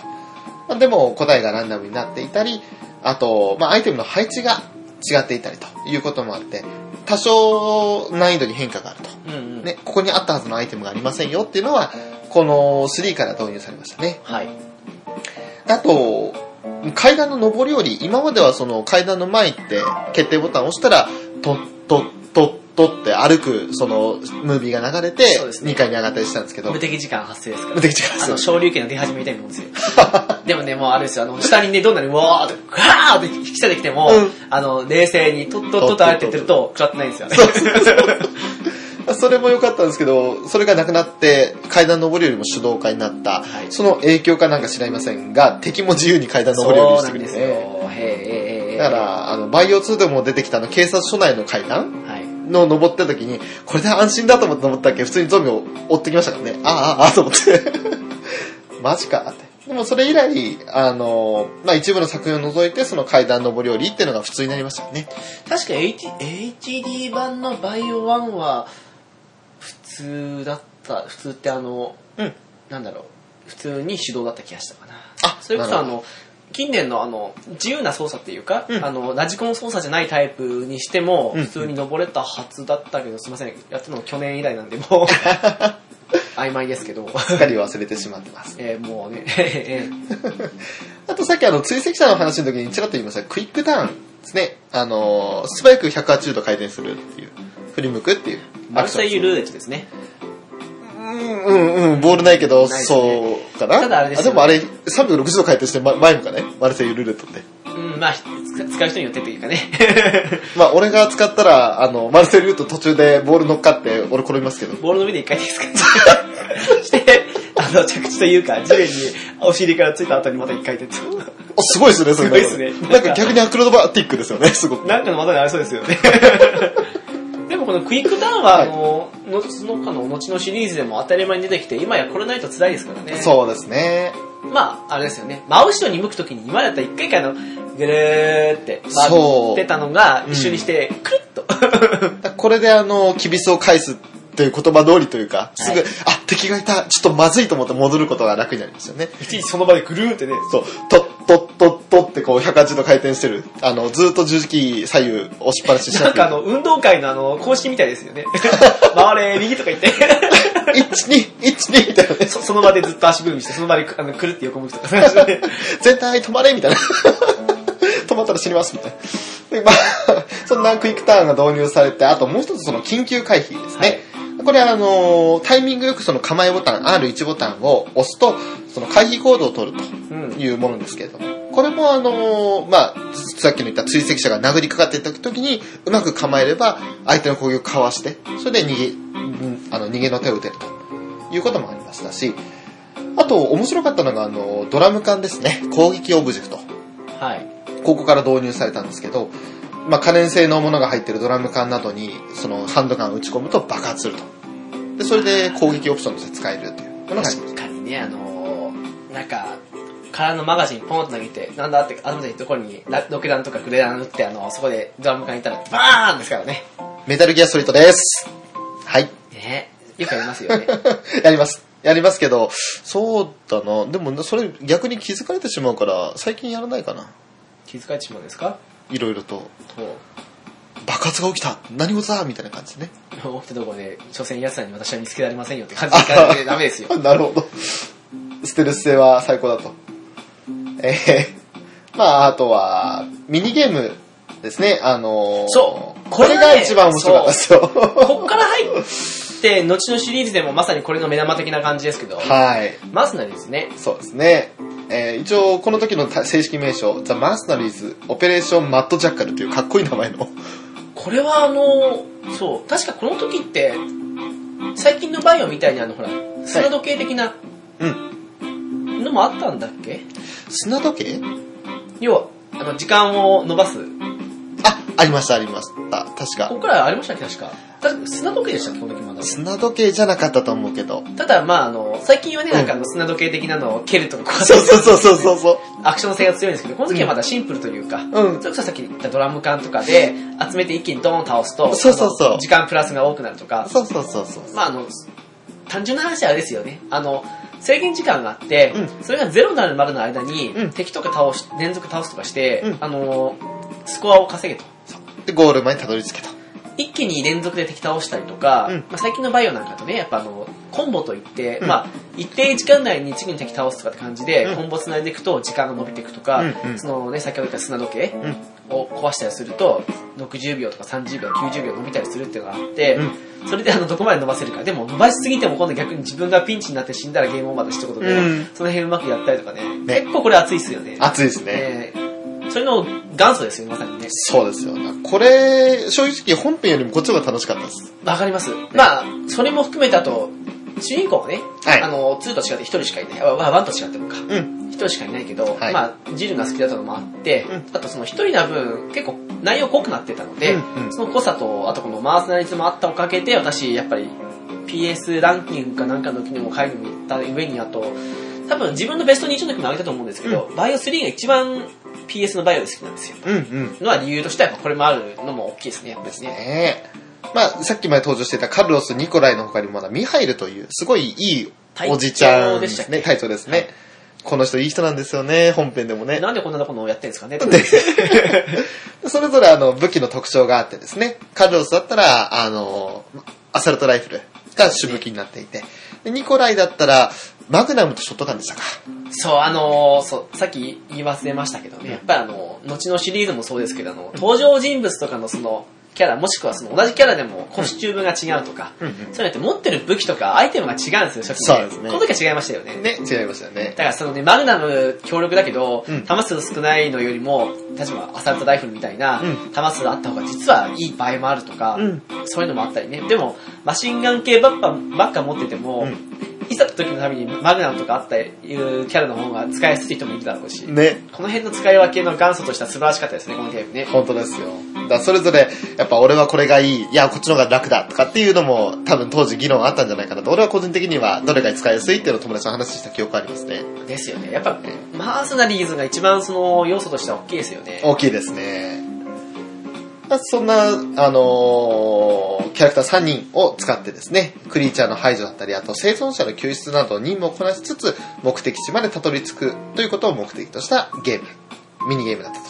A: まあ、でも答えがランダムになっていたり、あと、まあ、アイテムの配置が違っていたりということもあって、多少難易度に変化があると。
B: うんうん。
A: ね、ここにあったはずのアイテムがありませんよっていうのは、この3から導入されましたね。
B: はい。
A: あと、階段の上り下り、今まではその階段の前行って決定ボタンを押したら、トットットットって歩く、その、ムービーが流れて
B: そうで、すね
A: 2階に上がったりしたんですけど、
B: 無敵時間発生ですから
A: 無。敵時間
B: あの、
A: です。
B: 昇竜拳の出始めみたいなもん ですよ。でもね、もうあれですよ、あの、下にね、どんなに、わーって、ガーって引き下できても、
A: うん
B: あの、冷静に、とっとっとっとあってやってると、食らってないんですよね。
A: それも良かったんですけど、それがなくなって、階段上り下りも手動化になった、
B: はい
A: その影響かなんか知りませんが、敵も自由に階段上り下り
B: そう
A: して
B: な
A: く
B: ん
A: るん
B: で
A: ですす
B: よ。へ
A: ね。
B: ーへーへーへー
A: だから、あの、バイオ2でも出てきたあの、警察署内の階段
B: はい。
A: の登った時に、これで安心だと思って登ったっけ普通にゾンビを追ってきましたからね。ああ、ああ、と思って。 マジかって。でもそれ以来、あの、まあ、一部の作品を除いて、その階段上り下りっていうのが普通になりましたよ ね。
B: 確か H HD 版のバイオ1は、普通だった、普通ってあの、
A: うん
B: なんだろう、普通に手動だった気がしたかな。
A: あ
B: それこそ
A: な
B: あ
A: る
B: の、近年のあの、自由な操作っていうか、
A: うん
B: あの、ラジコン操作じゃないタイプにしても、
A: うん
B: 普通に登れたはずだったけど、すいません、やったの去年以来なんで、 もう、曖昧ですけど、
A: すっかり忘れてしまってます。
B: えーもう ね、え
A: あとさっきあの、追跡者の話の時にちらっと言いましたクイックターンですね。あの、素早く180度回転するっていう、振り向くっていう
B: ー、
A: ア
B: マ
A: ク
B: ル
A: シ
B: サ
A: ョンですね。
B: イルーレットですね。
A: うんうんうん、ボールないけど、
B: ないです
A: そ
B: ね
A: うかな。
B: ただあれですよ
A: でもあれ、360度回転して、ま、前向かね。マルセイユルーレットって。
B: うん、まあ、使う人によってというかね。
A: まあ、俺が使ったら、あの、マルセイユルーレット途中でボール乗っかって、俺転びますけど。
B: ボールの上で一回ですかして、あの、着地というか、地面にお尻からついた後にまた一回転と。
A: お、すごいですね、それ。
B: すごいっすね
A: なんか逆にアクロバティックですよね、すごく。
B: なんかの技にありそうですよね。でもこのクイックターンは、あの、のその他の後のシリーズでも当たり前に出てきて、今やこれないと辛いですからね。
A: そうですね。
B: まあ、あれですよね。真後ろに向くときに、今だったら一回かの、ぐるーって、
A: そう
B: ってたのが、
A: うん
B: 一緒にして、くるっと。
A: これであの、キビスを返すという言葉通りというか、すぐ、
B: はい
A: あ、敵がいた、ちょっとまずいと思って戻ることが楽になりますよね。
B: いちいちその場でぐるーってね。
A: そう、とっとっとっとってこう180度回転してる。あの、ずーっと十字キー左右押しっぱなしにしな
B: な
A: んくていい
B: かあの、運動会のあの、公式みたいですよ ね。回れ、右とか言って。
A: 一二一二みたいなね。
B: そその場でずっと足踏みして、その場であのくるって横向く とか、そういう感じで
A: 全体止まれみ たいな。止まったら死にますみたいな。でまあ、そんなクイックターンが導入されて、あともう一つその緊急回避ですね。これあのータイミングよくその構えボタン、R1 ボタンを押すと、その回避行動を取る
B: う
A: と
B: ん。
A: いうものですけれども、これもあのーまあ、さっきの言った追跡者が殴りかかっていった時に、うまく構えれば、相手の攻撃をかわして、それで逃げ、うんあの、逃げの手を打てるということもありましたし、あと、面白かったのが、あの、ドラム缶ですね。攻撃オブジェクト。
B: はい。
A: ここから導入されたんですけど、まあ、可燃性のものが入ってるドラム缶などに、そのハンドガンを打ち込むと爆発すると。で、それで攻撃オプションとして使えるというものが入ってます
B: 確かにね、あのー、なんか、空のマガジンポンと投げて、なんだって、あの時ところにラロケ弾とかグレ弾打って、あの、そこでドラム缶いたら、バーンですからね。
A: メタルギアソリッドです。はい。
B: ねよくやりますよね。
A: やります。やりますけど、そうだな。でも、それ逆に気づかれてしまうから、最近やらないかな。
B: 気遣いちまうんですか
A: いろいろと。
B: と、
A: 爆発が起きた何事だみたいな感じでね。
B: 起きたところで、所詮奴らに私は見つけられませんよって感じでいかないとダメで すよ。
A: なるほど。ステルス性は最高だと。えー、まあ、あとは、ミニゲームですね。あのー
B: そう
A: これ
B: これが
A: が
B: ね
A: 一番面白かったですよ。
B: こっから入って、後のシリーズでもまさにこれの目玉的な感じですけ ど、
A: はい。
B: マスナリですね。
A: そうですね。えー一応、この時のた正式名称、ザ・マースナリーズ・オペレーション・マッド・ジャッカルというかっこいい名前の。
B: これはあのそう確かこの時って最近のバイオみたいにあのほら砂時計的な
A: うん。
B: のもあったんだっけ
A: 砂時計
B: 要はあの時間を伸ばす
A: あ、ありました、ありました。確
B: こ
A: か。
B: こからありましたっけ確か。確か砂時計でしたっけこの時まだ。
A: 砂時計じゃなかったと思うけど。
B: ただ、まあ、あの、最近はね、
A: うん
B: なんかあの砂時計的なのを蹴るとか、こう
A: そうそうそうそうそうそう。
B: アクション性が強いんですけど、この時はまだシンプルというか、
A: うん。
B: それこそさっき言ったドラム缶とかで集めて一気にドーン倒すと、
A: そうそうそう
B: あの時間プラスが多くなるとか、
A: そうそうそうそう。
B: まああの、単純な話はあれですよね。あの、制限時間があって、
A: う
B: それがゼロになるまでの間に、
A: うん
B: 敵とか倒し、連続倒すとかして、
A: うん
B: あの、スコアを稼げと。
A: で、ゴールまでたどり着けた。
B: 一気に連続で敵倒したりとか、
A: うん
B: まあ、最近のバイオなんかとね、やっぱあの、コンボといって、
A: うん
B: まあ、一定時間内に次の敵倒すとかって感じで、
A: うん
B: コンボ繋いでいくと時間が伸びていくとか、
A: うんうん
B: そのね、先ほど言った砂時計を壊したりすると、60秒とか30秒、90秒伸びたりするっていうのがあって、それであの、どこまで伸ばせるか。でも、伸ばしすぎても今度逆に自分がピンチになって死んだらゲームオーバーだしってことで、
A: うん
B: その辺うまくやったりとかね。
A: ね
B: 結構これ熱いっすよね。
A: 熱いですね。
B: えーそれの元祖ですよ、まさにね。
A: そうですよ。これ、正直本編よりもこっちの方が楽しかったです。
B: わかります。まあ、それも含めてあと、主人公はね、
A: はい
B: あの、2と違って1人しかいない。あわ1と違ってもか。
A: うん。
B: 1人しかいないけど、
A: はい
B: まあ、ジルが好きだったのもあって、
A: うん
B: あとその1人な分、結構内容濃くなってたので、
A: うんうん
B: その濃さと、あとこのマースナリズムもあったおかげで、私、やっぱり PS ランキングかなんかの時にも会議に行った上に、あと、多分自分のベスト20の時も上げたと思うんですけど、バイオ3が一番 PS のバイオで好きなんですよ。
A: うんうん。
B: のは理由としてはやっぱこれもあるのも大きいですね、やっぱりですね。
A: ねえ。まあ、さっきまで登場していたカルロス・ニコライの他にもまだミハイルという、すごいいいおじちゃんですね。隊長ですね。この人いい人なんですよね、本編でもね。
B: なんでこんなことをやってるんです かね、
A: それぞれあの武器の特徴があってですね、カルロスだったら、あの、アサルトライフルが主武器になっていて、でニコライだったら、マグナムとショットガンでしたか。
B: そう、あのーそう、さっき言い忘れましたけどね、やっぱりあの、後のシリーズもそうですけど、あの、登場人物とかのその、キャラ、もしくはその同じキャラでもコスチュームが違うとか、そうやって持ってる武器とかアイテムが違うんですよ、初期
A: そうですね
B: この時は違いましたよね。
A: ね、違いましたよね
B: だ。からそのね、マグナム強力だけど、
A: うん
B: 弾数少ないのよりも、例えばアサルトライフルみたいな、
A: うん
B: 弾数あった方が実はいい場合もあるとか、
A: うん
B: そういうのもあったりね。でも、マシンガン系ばっかばっか持ってても、
A: うん
B: いざと時のためにマグナムとかあったいうキャラの方が使いやすい人もいるだろうし、
A: ね、
B: この辺の使い分けの元祖としては素晴らしかったですね、このゲームね。
A: 本当ですよ。だからそれぞれ、やっぱ俺はこれがいい、いや、こっちの方が楽だとかっていうのも、多分当時議論あったんじゃないかなと。俺は個人的には、どれが使いやすいっていうのを友達と話した記憶ありますね。
B: ですよね。やっぱ、マースナリーズが一番その要素としては大きいですよね。
A: 大きいですね。まあそんな、あのーキャラクター3人を使ってですね、クリーチャーの排除だったり、あと生存者の救出など任務をこなしつつ、目的地までたどり着くということを目的としたゲーム、ミニゲームだった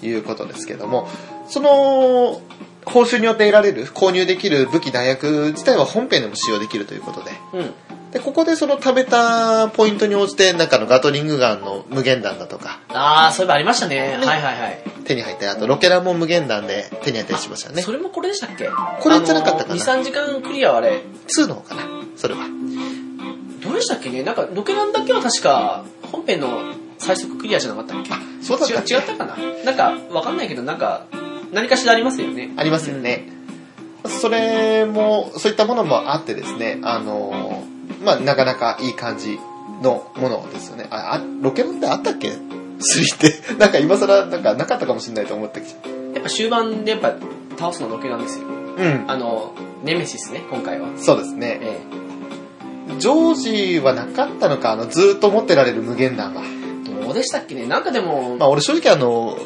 A: ということですけども、その、報酬によって得られる、購入できる武器弾薬自体は本編でも使用できるということで、
B: うん。
A: で、ここでその食べたポイントに応じて、なんかあのガトリングガンの無限弾だとか、
B: あー、そういえばありましたね。はいはいはい。
A: 手に入ったりあとロケランも無限弾で手に入ったりしましたよね
B: それもこれでしたっけ
A: これじゃなかったかな
B: あの2、3時間クリアはあれ、
A: 2の方かなそれは
B: どうでしたっけねなんか、ロケランだけは確か、本編の最速クリアじゃなかったっけ
A: あそうだった
B: 違う違ったかななんか、わかんないけど、なんか、何かしらありますよね。
A: ありますよね、それもそういったものもあってですねあのーまあなかなかいい感じのものですよねああロケランってあったっけ3って なんか今更なんかなかったかもしれないと思ってきちゃう
B: やっぱ終盤でやっぱ、倒すのロケランですよ。
A: うん
B: あの、ネメシスね、今回は。
A: そうですね
B: え
A: ジョージはなかったのかあのずーっと持ってられる無限弾は
B: えどうでしたっけねなんかでも、
A: まあ俺正直あの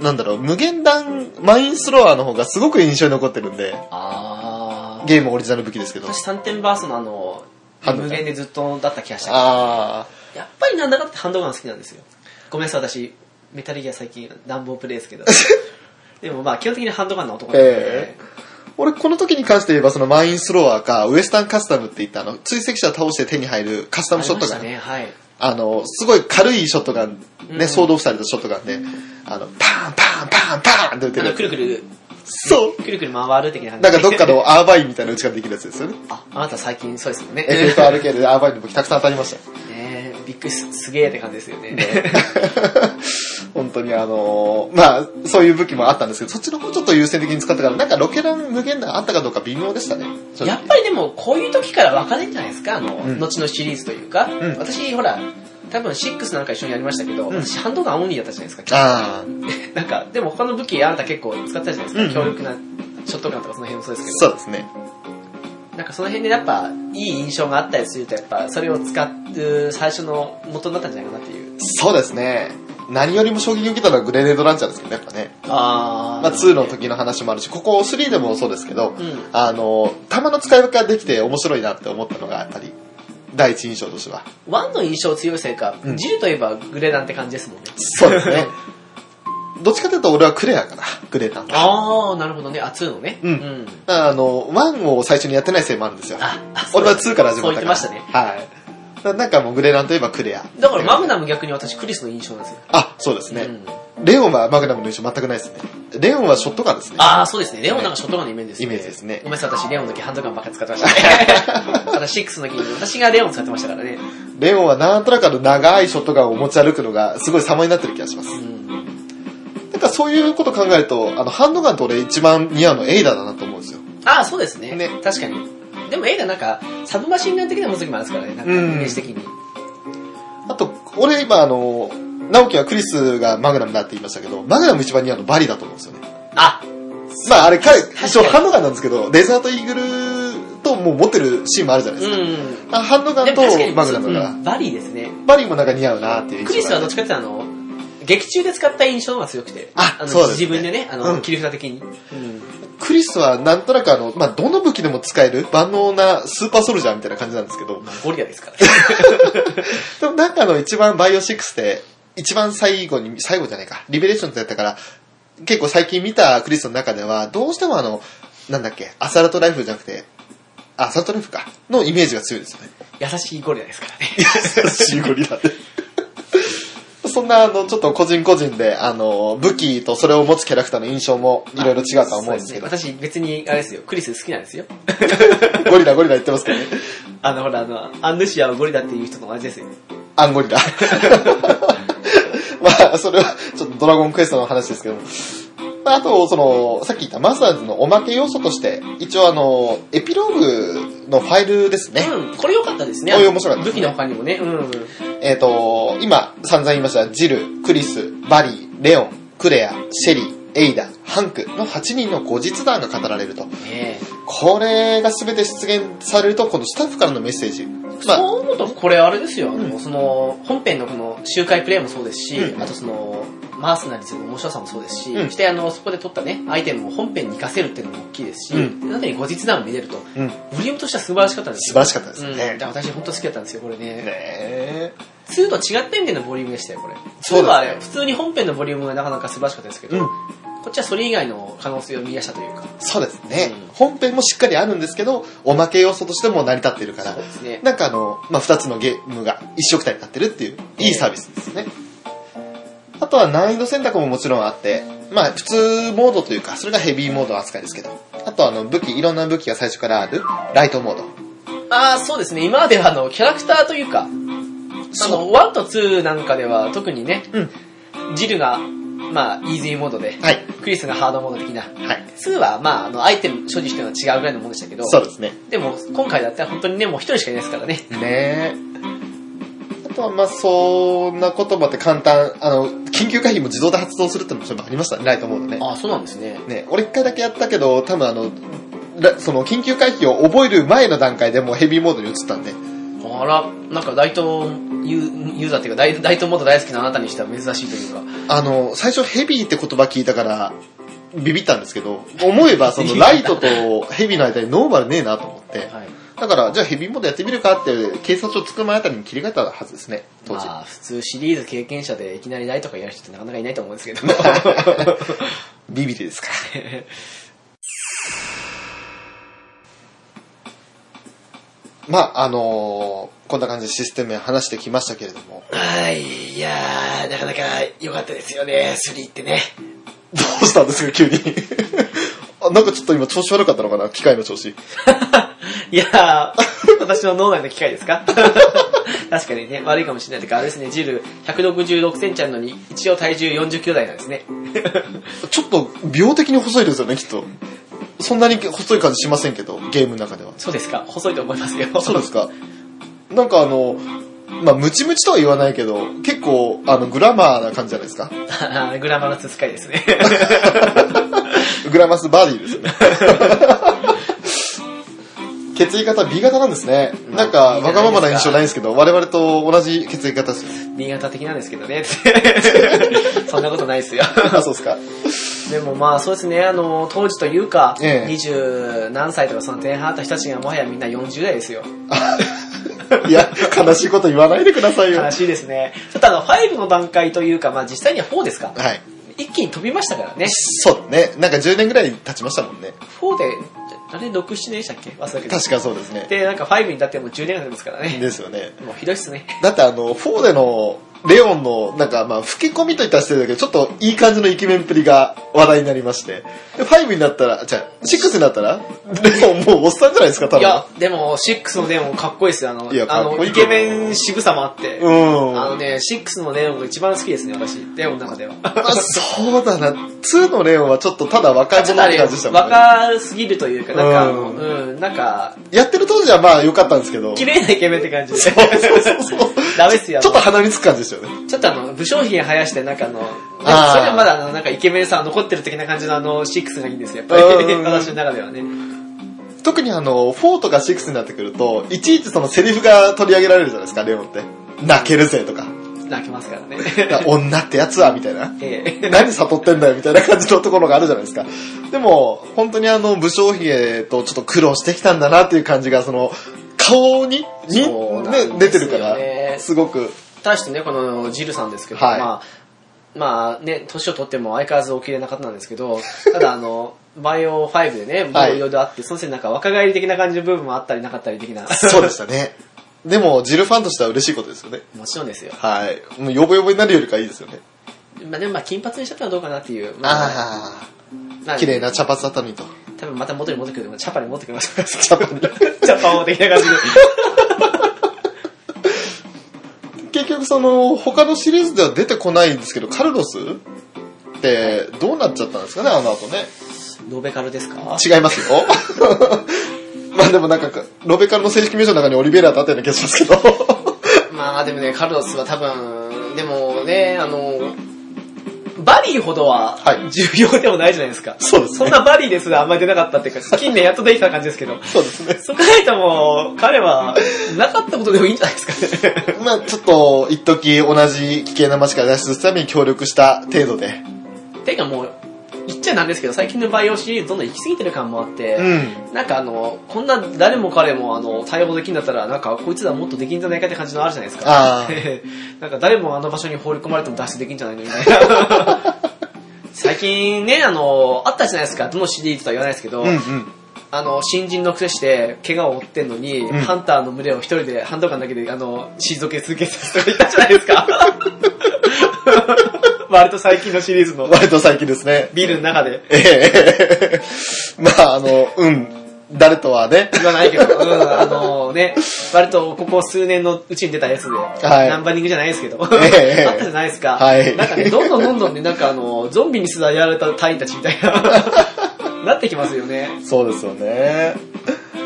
A: なんだろう無限弾マインスロアの方がすごく印象に残ってるんで
B: あー。
A: ゲームオリジナル武器ですけど。
B: 私3点バーストのあの、
A: ハンドガン
B: 無限でずっとだった気がしたけど
A: あ
B: やっぱりなんだかんだってハンドガン好きなんですよ。ごめんなさい、私、メタルギア最近暖房プレイで すけど。でもまあ基本的にハンドガンの男なんで
A: え、あ。俺この時に関して言えばそのマインスロアかウエスタンカスタムって言ったあの追跡者を倒して手に入るカスタムショットガン。
B: ありましたね、はい。
A: あの、すごい軽いショットガン、
B: うん
A: ね、総動されたショットガンで、あの、パンパンパンパンって打て
B: あの、
A: る。
B: くるくる、
A: そう。
B: くるくる回る的な感じ
A: なんかどっかのアーバインみたいな打ち方できるやつですよね。
B: あ、あなた最近そうですもんね。ね
A: FFRK でアーバインの武器たくさん当たりましたよ。
B: えびっくりす、すげえって感じですよね。
A: 本当にあのーまあ、そういう武器もあったんですけど、そっちの方ちょっと優先的に使ったから、なんかロケラン無限弾あったかどうか微妙でしたね。正直
B: やっぱりでもこういう時から分かれるんじゃないですかあの、
A: うん
B: 後のシリーズというか、
A: ん
B: 私ほら多分6なんか一緒にやりましたけど、
A: うん
B: 私ハンドガンオンリーだったじゃないですか。
A: ああ、
B: なんか、でも他の武器あなた結構使ったじゃないですか。
A: うん
B: 強力なショットガンとかその辺もそうですけど。
A: そうですね。
B: なんかその辺でやっぱいい印象があったりするとやっぱそれを使う最初の元になったんじゃないかなっていう
A: そうですね。何よりも衝撃を受けたのはグレネードランチャーですけどね、やっぱね。
B: あ
A: まあ、2の時の話もあるし、ここ3でもそうですけど、
B: うん
A: あの、弾の使い分けができて面白いなって思ったのが、やっぱり、第一印象としては。
B: ワンの印象強いせいか、
A: うん
B: ジルといえばグレダンって感じですもんね
A: そうです ね。どっちかというと俺はクレアかな、グレータンは。
B: ああなるほどねあ2のね
A: うんあの、1を最初にやってないせいもあるんですよ。
B: ああそう
A: 俺は2から始まったから。
B: そう言ってま
A: はい。ななんかもうグレーランといえばクレア。
B: だからマグナム逆に私クリスの印象なんですよ
A: あ、そうですね。
B: うん
A: レオンはマグナムの印象全くないですね。レオンはショットガンですね。
B: ああそうですねレオンなんかショットガンのイメージですね
A: イメージですね
B: ごめんなさい私レオンの時ハンドガンばっか使ってました ね私6の時に私がレオン使ってましたからね
A: レオンはなんとなくあの長いショットガンを持ち歩くのがすごい様になってる気がします
B: う。ん
A: なんかそういうこと考えると、あの、ハンドガンと俺一番似合うのエイダだなと思うんですよ。
B: ああそうですね
A: ね
B: 確かにでも映画なんかサブマシンガン的なものもありますからねなんかイ
A: うん
B: メージ的に
A: あと、俺今あの、直樹はクリスがマグナムだって言いましたけど、マグナム一番似合うのバリだと思うんですよね。
B: あ
A: まああれ彼、
B: かに
A: 一応ハンドガンなんですけど、デザートイーグルともう持ってるシーンもあるじゃないうですか。
B: ん
A: あハンドガ
B: で
A: ン
B: も確かに
A: とマグナムだから、
B: うんバリーですね
A: バリもなんか似合うなっていう印象
B: クリスはどっ
A: ち
B: ちかっていうとあの劇中で使った印象の方が強くて
A: あ
B: の
A: そうですね
B: 自分でねあの、
A: うん
B: 切り札的に、
A: クリスはなんとなくあの、まあどの武器でも使える万能なスーパーソルジャーみたいな感じなんですけど、
B: ゴリラですから
A: でもなんかあの一番バイオ6で、一番最後に、最後じゃないか、リベレーションってやったから、結構最近見たクリスの中では、どうしてもあの、なんだっけ、アサルトライフルじゃなくて、あアサルトライフルか、のイメージが強い ですよね。
B: 優しいゴリラですからね
A: シーゴリラで。そんなあの、ちょっと個人個人で、あの、武器とそれを持つキャラクターの印象もいろいろ違うとは思うんですけど、
B: そうね私別にあれですよクリス好きなんですよ
A: ゴリラゴリラ言ってますけどね。
B: あのほらあのアンヌシアをゴリラっていう人と同じですよ
A: アンゴリラ。 まあ、それは、ちょっとドラゴンクエストの話ですけども。まあ、あと、その、さっき言ったマスターズのおまけ要素として、一応あの、エピローグのファイルですね。
B: うんこれ良かったですね
A: これ面白かったです
B: 武器の他にもねうん
A: えっ、と、今、散々言いました、ジル、クリス、バリー、レオン、クレア、シェリー、エイダ、ハンクの8人の後日談が語られると。
B: ねえ
A: これが全て出現されると、このスタッフからのメッセージ。まあ、
B: そう思うと、これあれですよ、あのその、本編のこの周回プレイもそうですし、
A: うん
B: あとその、マースナリーズの面白さもそうですし、
A: うん
B: そしてあの、そこで取ったね、アイテムも本編に活かせるっていうのも大きいですし、
A: う
B: なんのに後日談も見れると、
A: うん、
B: ボリュームとしては素晴らしかったんで
A: 素
B: す
A: 晴
B: よ。
A: らしかったですよ
B: うん、
A: ね。
B: だから私本当好きだったんですよ、これね。
A: ねえ。
B: 2と違った意味でのボリュームでしたよ、これ。
A: そうですね
B: 2はあれ、普通に本編のボリュームがなかなか素晴らしかったですけど、
A: うん
B: こっちはそれ以外の可能性を見出したというか、
A: そうですね、
B: うん
A: 本編もしっかりあるんですけど、おまけ要素としても成り立っているから
B: そう、ですね。
A: なんかあの、まあ、2つのゲームが一色体になってるっていう、いいサービスですね。あとは難易度選択ももちろんあって、まあ、普通モードというか、それがヘビーモードの扱いですけど、あとあの、武器、いろんな武器が最初からある、ライトモード。
B: ああ、そうですね。今まではあの、キャラクターというか、あの、1と2なんかでは特にね、
A: うん。
B: ジルが、まあ、イージーモードで、
A: はい。
B: クリスがハードモード的な。
A: はい。
B: 2は、まあ、あの、アイテム所持してるのは違うぐらいのものでしたけど、
A: そうですね。
B: でも、今回だったら本当にね、もう一人しかいないですからね。
A: ねえ。あとは、まあ、そんな言葉って簡単、あの、緊急回避も自動で発動するってのもそれもありましたね、ライトモードね。
B: ああ、そうなんですね。
A: ね、俺一回だけやったけど、多分あの、らその緊急回避を覚える前の段階でもうヘビーモードに移ったんで、
B: あら、なんか、大東ユーユーザーっていうか、大大東モード大好きなあなたにしては珍しいというか、
A: あの、最初ヘビーって言葉聞いたから、ビビったんですけど、思えばそのライトとヘビーの間にノーマルねえなと思って、
B: はい。
A: だからじゃあヘビーモードやってみるかって、警察署着く前あたりに切り替えたはずですね、当時。
B: まあ、普通シリーズ経験者でいきなり大とかやる人ってなかなかいないと思うんですけど。
A: ビビりですから。まあ、あのこんな感じでシステムや話してきましたけれども、
B: はい、いやー、なかなか良かったですよね、3ってね。
A: どうしたんですか、急に。あなんかちょっと今調子悪かったのかな機械の調子。
B: いやー、私の脳内の機械ですか 確かにね、悪いかもしれないというか、あれですね、ジル166センチあるのに、一応体重40キロ台なんですね。
A: ちょっと病的に細いですよね、きっと。そんなに細い感じしませんけど、ゲームの中では。
B: そうですか、細いと思いますよ。
A: あ、そうですか。なんかあの、まあ、ムチムチとは言わないけど、結構、あの、グラマーな感じじゃないですか。
B: あーグラマラススカイですね。
A: グラマスバディですね。血液型 B 型なんですね。なんか、
B: B 型
A: わがままな印象ないんですけど、我々と同じ血液型ですよ。
B: B 型的なんですけどね。 そんなことないですよ。
A: あ、そうですか
B: でもまあそうですね、あの、当時というか、
A: ええ
B: 二十何歳とかその前半あった人たちがもはやみんな40代ですよ。
A: いや、悲しいこと言わないでくださいよ。は
B: 悲しいですね。ちょっとあの、5の段階というか、まあ実際には4ですか。
A: い。
B: 一気に飛びましたからね。
A: そうだね。なんか10年ぐらい経ちましたもんね。
B: 4で、あれ6、7年でしたっけ忘れて
A: 確かそうですね。
B: で、なんか5になってもう10年なんですからね。
A: ですよね。
B: もうひどいっすね。
A: だってあの、4での、レオンの、なんかまあ、吹き込みといったらしてるだけど、ちょっといい感じのイケメンっぷりが話題になりまして。で、5になったら、じゃあ、6になったら、レオンもうおっさんじゃないですか、多分。
B: いや、でも、6のネオンかっこいいですよ。あの、
A: いや
B: あ
A: かっこ
B: の
A: いい
B: イ
A: けど
B: ケメン渋さもあって。
A: うん。
B: あの
A: あ、
B: ね、6のネオンが一番好きですね、私。ネオンの中では。
A: そうだな。2のレオンはちょっとただ若者って感じでしたもんね。
B: 若すぎるというか、なんかあの、
A: う
B: うん、なんか、
A: やってる当時はまあ良かったんですけど。
B: 綺麗なイケメンって感じで。
A: そうそうそうそう。
B: ダメっすよ。
A: ちょっと鼻につく感じですよね。
B: ちょっとあの、武将品生やして、なんかあの、
A: あー
B: それでもまだあの、なんかイケメンさ残ってる的な感じのあの、6がいいんですよ。やっぱ
A: うんうん
B: り、
A: うん
B: 私の中ではね。
A: 特にあの、4とか6になってくると、いちいちそのセリフが取り上げられるじゃないですか、レオンって。泣けるぜとか。
B: 泣きますからね。
A: 女ってやつは、みたいな。
B: え え
A: 何悟ってんだよ、みたいな感じのところがあるじゃないですか。でも、本当にあの、武将髭とちょっと苦労してきたんだなっていう感じが、その、顔に、に、
B: そうなんですよ
A: ね
B: ね
A: 出てるから、すごく。
B: 対してね、このジルさんですけど、
A: はい
B: まあ、まあね、年を取っても相変わらずお綺麗な方なんですけど、 ただあの、バイオ5でね、もう
A: はい
B: いろいろあって、そのせいでなんか若返り的な感じの部分もあったりなかったり的な。
A: そうでしたね。 でも、ジルファンとしては嬉しいことですよね。
B: もちろんですよ。
A: はい。もう、ヨボヨボになるよりかはいいですよね。
B: まあでもまあ金髪にしちゃったらどうかなっていう。まあ、
A: あ
B: ま
A: あ、
B: あ
A: 綺麗な茶髪だったのにと。
B: 多分また元に戻ってくる。チャパに戻ってくる。 チ
A: 茶髪に。
B: ャパを的な感じで。
A: 結局その他のシリーズでは出てこないんですけどカルロスってどうなっちゃったんですかねあの後ね
B: ノベカルですか
A: 違いますよ まあでもなんかロベカルの正式名称の中にオリベイラとあったような気がしますけど
B: まあでもね、カルロスは多分、でもね、あの、バリーほどは
A: はい
B: 重要でもないじゃないですか。
A: そうです
B: そん
A: ね
B: なバリーですらあんまり出なかったっていうか、近年やっとできた感じですけど。
A: そうですね
B: そこないともう、彼は、なかったことでもいいんじゃないですかね。
A: まあちょっと一時同じ危険な街から脱出するために協力した程度で
B: てかもう、言っちゃなんですけど、最近のバイオシリーズどんどん行き過ぎてる感もあって、
A: うん
B: なんかあの、こんな誰も彼もあの、対応できんだったら、なんかこいつらもっとできんじゃないかって感じのあるじゃないですか。
A: ああ
B: なんか誰もあの場所に放り込まれても脱出できんじゃないのみたいな。 最近ね、あの、あったじゃないですか、どのシリーズとは言わないですけど、
A: うんうん
B: あの、新人のくせして、怪我を負ってんのに、
A: ん
B: ハンターの群れを一人で、ハンドガンだけで、あの、退け続けた人がいたじゃないで すか。 割と最近のシリーズの
A: 割と最近ですね
B: ビルの中で。
A: ええ まああのうん誰とはね
B: 言わないけど、うん、あのね、割とここ数年のうちに出たやつで、
A: い
B: ナンバリングじゃないですけど、
A: ええ
B: あったじゃないですか。
A: はい
B: なんかね、どんどんどんどんね、なんかあの、ゾンビにすらやられた隊員たちみたい な、なってきますよね。
A: そうですよね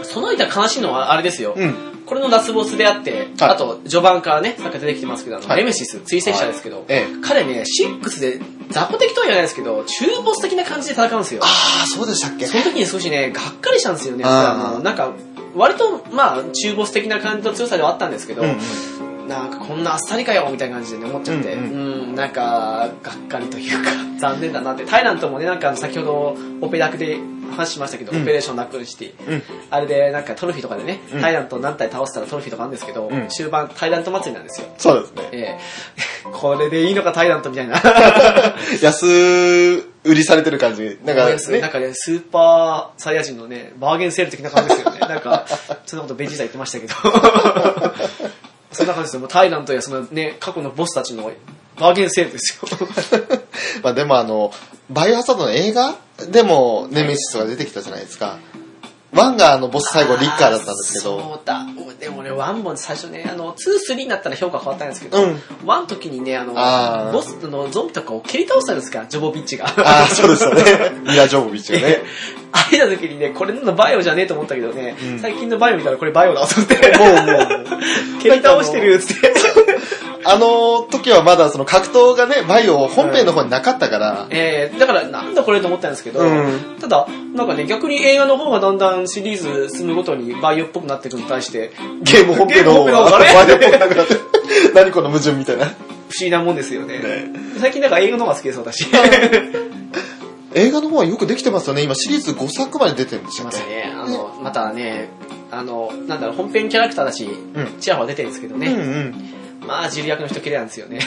B: その間悲しいのはあれですよ。
A: うん
B: これのラスボスであって、
A: はい
B: あと、序盤からね、さっき出てきてますけど、あの
A: はい
B: ネメシス、追跡者ですけど、
A: ええ
B: 彼ね、6で、雑魚的とは言わないですけど、中ボス的な感じで戦うんですよ。
A: ああそうでしたっけ
B: その時に少しね、がっかりしたんですよね。
A: あー
B: あのなんか、割と、まあ、中ボス的な感じの強さではあったんですけど、
A: うんうん
B: なんかこんなあっさりかよ、みたいな感じでね、思っちゃって、
A: う
B: うんん、なんか、がっかりというか、 残念だなって。タイラントもね、なんかあの先ほど、オペラクで話しましたけど、
A: うん
B: オペレーションナックルシティ。
A: うん
B: あれで、なんかトロフィーとかでね、
A: うん
B: タイラント何体倒したらトロフィーとかあるんですけど、
A: うん
B: 終盤、タイラント祭りなんですよ。
A: そうですね
B: ええ これでいいのか、タイラントみたいな。
A: 安売りされてる感じ。なんか、ね、
B: なんかね、スーパーサイヤ人のね、バーゲンセール的な感じです よね。なんか、そんなことベジータ言ってましたけど。そんな感じですよ。もうタイラントやそのね、過去のボスたちのバーゲンセールですよ。
A: まあでもあの、バイオハザードの映画でもネメシスが出てきたじゃないですか。ワンがあの、ボス最後リッカーだったんですけど、
B: そうだ。でもね、ワンも最初ね、あの、2、3になったら評価変わったんですけど、
A: うん
B: ワンの時にね、あの、
A: あー
B: ボスのゾンビとかを蹴り倒したんですから、ジョボビッチが。
A: ああ、そうですよね。 ミラ・ジョボビッチがね。
B: あれた時にね、これのバイオじゃねえと思ったけどね、
A: うん
B: 最近のバイオ見たらこれバイオだと思って。
A: もうもう、
B: 蹴り倒してるっつって。
A: あの時はまだその格闘がね、バイオ本編の方になかったから、
B: えー、だからなんだこれと思ったんですけど、
A: うん
B: ただ、なんかね、逆に映画の方がだんだんシリーズ進むごとにバイオっぽくなっていくのに対して、
A: ゲーム本編の方は、
B: ゲー
A: バ
B: ム
A: イオっ
B: 本
A: ぽ
B: 編
A: くなくなって、何この矛盾みたいな。
B: 不思議なもんですよね。最近なんか映画の方が好きです、 私。
A: 映画の方はよくできてますよね。今シリーズ5作まで出てるんでし
B: し
A: ょ
B: ますね。あの、またね、あの、なんだろう、本編キャラクターだし、
A: ん
B: チアホは出てるんですけど
A: うんう
B: ね。
A: ん。
B: まあ、ジル役の人綺麗なんですよね。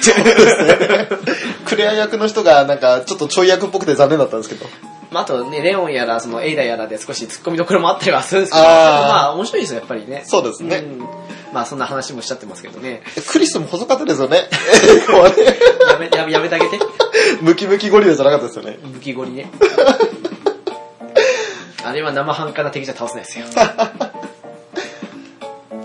A: クレア役の人がなんかちょっとちょい役っぽくて残念だったんですけど。
B: まあ、あとね、レオンやら、そのエイダやらで少し突っ込みどころもあったりはするんですけど、
A: あー
B: まあ、面白いですよ、やっぱりね。
A: そうですね
B: んまあ、そんな話もしちゃってますけどね。
A: クリスも細かったですよ ね。英語はね
B: やめ、やめ、やめてあげて。
A: ムキムキゴリラじゃなかったですよね。
B: 武器ゴリ ね。あれは生半可な敵じゃ倒せないですよ。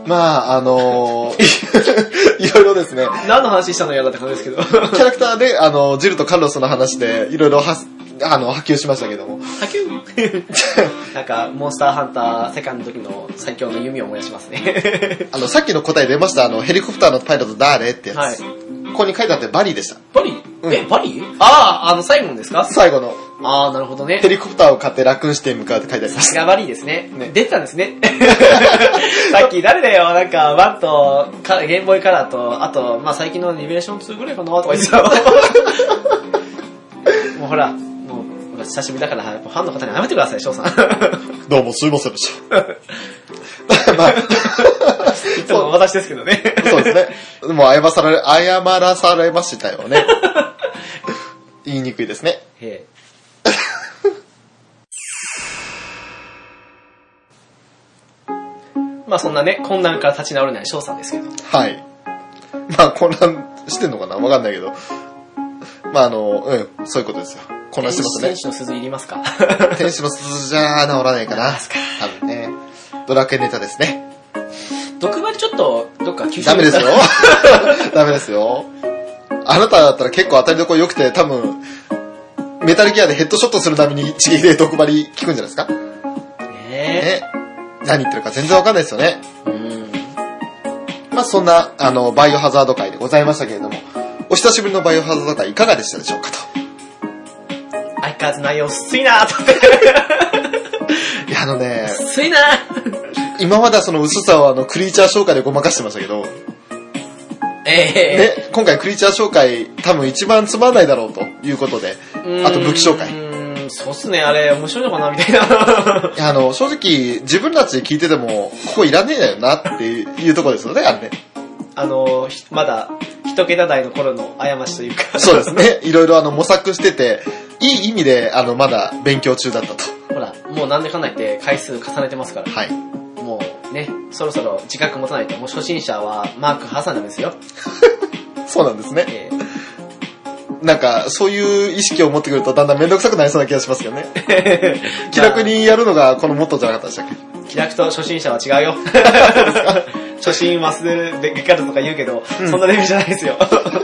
A: まあ、あの ーいろいろですね。
B: 何の話したのやだって感じですけど。
A: キャラクターで、あの、ジルとカルロスの話で、いろいろは、あの、波及しましたけども。
B: ハキュー なんか、モンスターハンターセカンドの時の最強の弓を思い出しますね。
A: あの、さっきの答え出ました、あの、ヘリコプターのパイロット誰ってやつ。
B: はい
A: ここに書いてあって、バリーでした。
B: バリ
A: うん
B: え、バリああ、あの、最後のですか
A: 最後の、
B: ああ、なるほどね
A: ヘ。リコプターを買って楽にして向かうって書いてありま
B: さす
A: す。
B: がバリーですね。
A: ね
B: 出てたんですね。 さっき誰だよ、なんか、ワンと、かゲームボーイカラーと、あと、まあ最近のリベレーション2ぐらいかなとか言っ てた。もうほら、もう、久しぶりだから、やっぱファンの方にやめてください、翔さん。 い
A: どうもすいませんで した。まあ、
B: つも私ですけどね。
A: そうですね。もう謝され、謝らされましたよ ね。言いにくいですね。
B: へえ まあそんなね、困難から立ち直れない翔さんですけど。
A: はい。まあ、混乱してんのかなわかんないけど。まあ、あの、うん、そういうことですよ。混乱して ますね
B: 天。使の鈴いりますか
A: 天使の鈴じゃ治らないかな。多分ね。ドラクエネタですね。
B: 毒針ちょっと、どっか吸収
A: ダメですよ。ダメですよ。 あなただったら結構当たりどころ良くて、多分、メタルギアでヘッドショットするために一撃で毒針効くんじゃないですかね
B: ね
A: 何言ってるか全然わかんないですよね。
B: え。うん。
A: まあそんな、あの、バイオハザード会でございましたけれども、お久しぶりのバイオハザード会いかがでしたでしょうかと。
B: 相変わらず内容薄いなぁと思って。
A: いや、あのね、
B: 薄いなぁ。
A: 今まではその薄さをあの、クリーチャー紹介でごまかしてましたけど、
B: ええ
A: で、今回クリーチャー紹介、多分一番つまんないだろうということで、あと武器紹介。
B: うーん、そうっすね、あれ、面白いのかなみたいな。
A: あの、正直、自分たちで聞いてても、ここいらねえだよなっていうところですよね、あれね。
B: あの、ひまだ、一桁台の頃の過ちというか。
A: そうですね。いろいろあの、模索してて、いい意味で、あの、まだ勉強中だったと。
B: ほら、もうなんでかんないって回数重ねてますから。
A: はい。
B: もうね、そろそろ自覚持たないと、もう初心者はマーク挟んでですよ。
A: そうなんですね。
B: ええ
A: なんか、そういう意識を持ってくると、だんだんめんどくさくなりそうな気がしますけど ね。気楽にやるのが、このモットーじゃなかったでしたっけ
B: 気楽と初心者は違うよ。 初心忘れるべきかとか言うけど、そんなレベルじゃないですよ。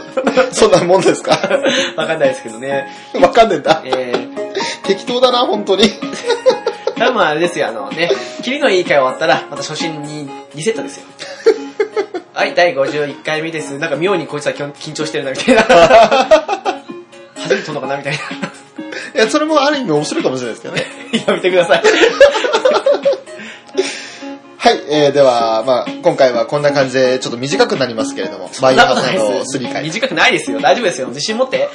A: そんなもんですか
B: わかんないですけどね。
A: わかんねえんだ。
B: えー、
A: 適当だな、本当に。
B: 多分あれですよ、あのね、キリのいい回終わったら、また初心にリセット ですよ。はい、第51回目です。なんか妙にこいつはきょん緊張してるな、み たいな。初めて撮るのかな、みたいな。
A: いや、それもある意味面白いかもしれないですけどね。
B: やめてください。
A: はい、えー、では、まあ今回はこんな感じで、ちょっと短くなりますけれども、バイオハザード3回。
B: 短くないですよ。大丈夫ですよ。自信持って。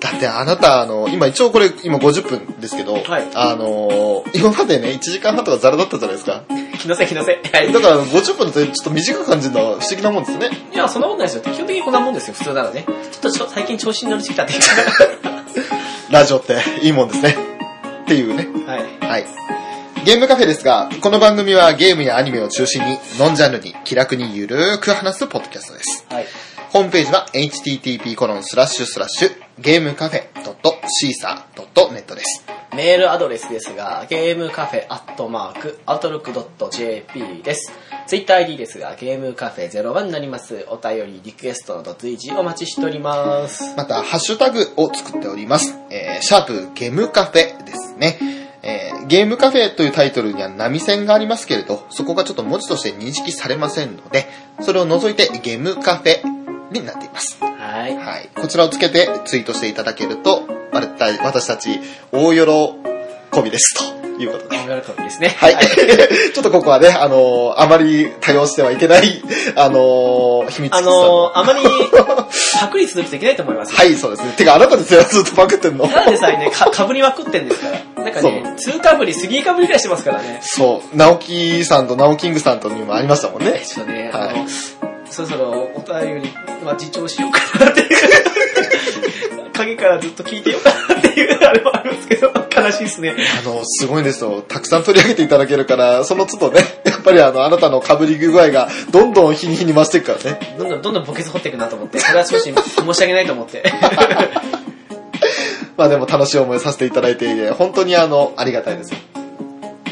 A: だってあなた、あの、今一応これ、今50分ですけど、
B: はい
A: あのー、今までね、1時間半とかザラだったじゃないですか。
B: 気のせい、気のせい。はい
A: だから50分ってちょっと短く感じるのは不思議なもんですね。
B: いや、そんなことないですよ。基本的にこんなもんですよ、普通ならね。ちょっとちょ最近調子に乗りすぎたっていうか。
A: ラジオっていいもんですね。っていうね。
B: はい。
A: はい。ゲームカフェですが、この番組はゲームやアニメを中心に、ノンジャンルに気楽にゆるーく話すポッドキャストです。
B: はい。
A: ホームページは http コロンスラッシュスラッシュゲームカフェ .caesar.net です。
B: メールアドレスですが、ゲームカフェアットマーク、アウトロックドット JP です。ツイッター ID ですが、ゲームカフェ01になります。お便り、リクエストなど随時お待ちしております。
A: また、ハッシュタグを作っております。えー、シャープゲームカフェですね。えゲームカフェというタイトルには波線がありますけれど、そこがちょっと文字として認識されませんので、それを除いてゲームカフェになっています。
B: はい。
A: はい。こちらをつけてツイートしていただけると、われた私たち大喜びですということで。
B: 喜びですね。
A: はい。 ちょっとここはね、あのーあまり多用してはいけない、あのー秘密基地さ
B: あ
A: ん
B: のーあまり、パクリする人いけないと思い ますよ。
A: はい、そうですね。てか、あなたですよ、ずっとパクってんの。
B: ただでさえね、か、かぶりまくってんですから。なんかね、2かぶり、3かぶりぐらいしてますからね。
A: そう、ナオキさんとナオキングさんとにもありましたもんね。
B: ちょっとね、あ
A: はい
B: の、そろそろお便り、まあ、自重しようかな っていう。影からずっと聞いてようかなっていうあれもあるんですけど、悲しいですね。
A: あの、すごいですよ。たくさん取り上げていただけるから、その都度ね、やっぱりあの、あなたの被り具合がどんどん日に日に増していくからね。
B: どんどんどんどんボケず掘っていくなと思って、それは少し申し訳ないと思って。
A: まあでも楽しい思いさせていただいていて、本当にあの、ありがたいです。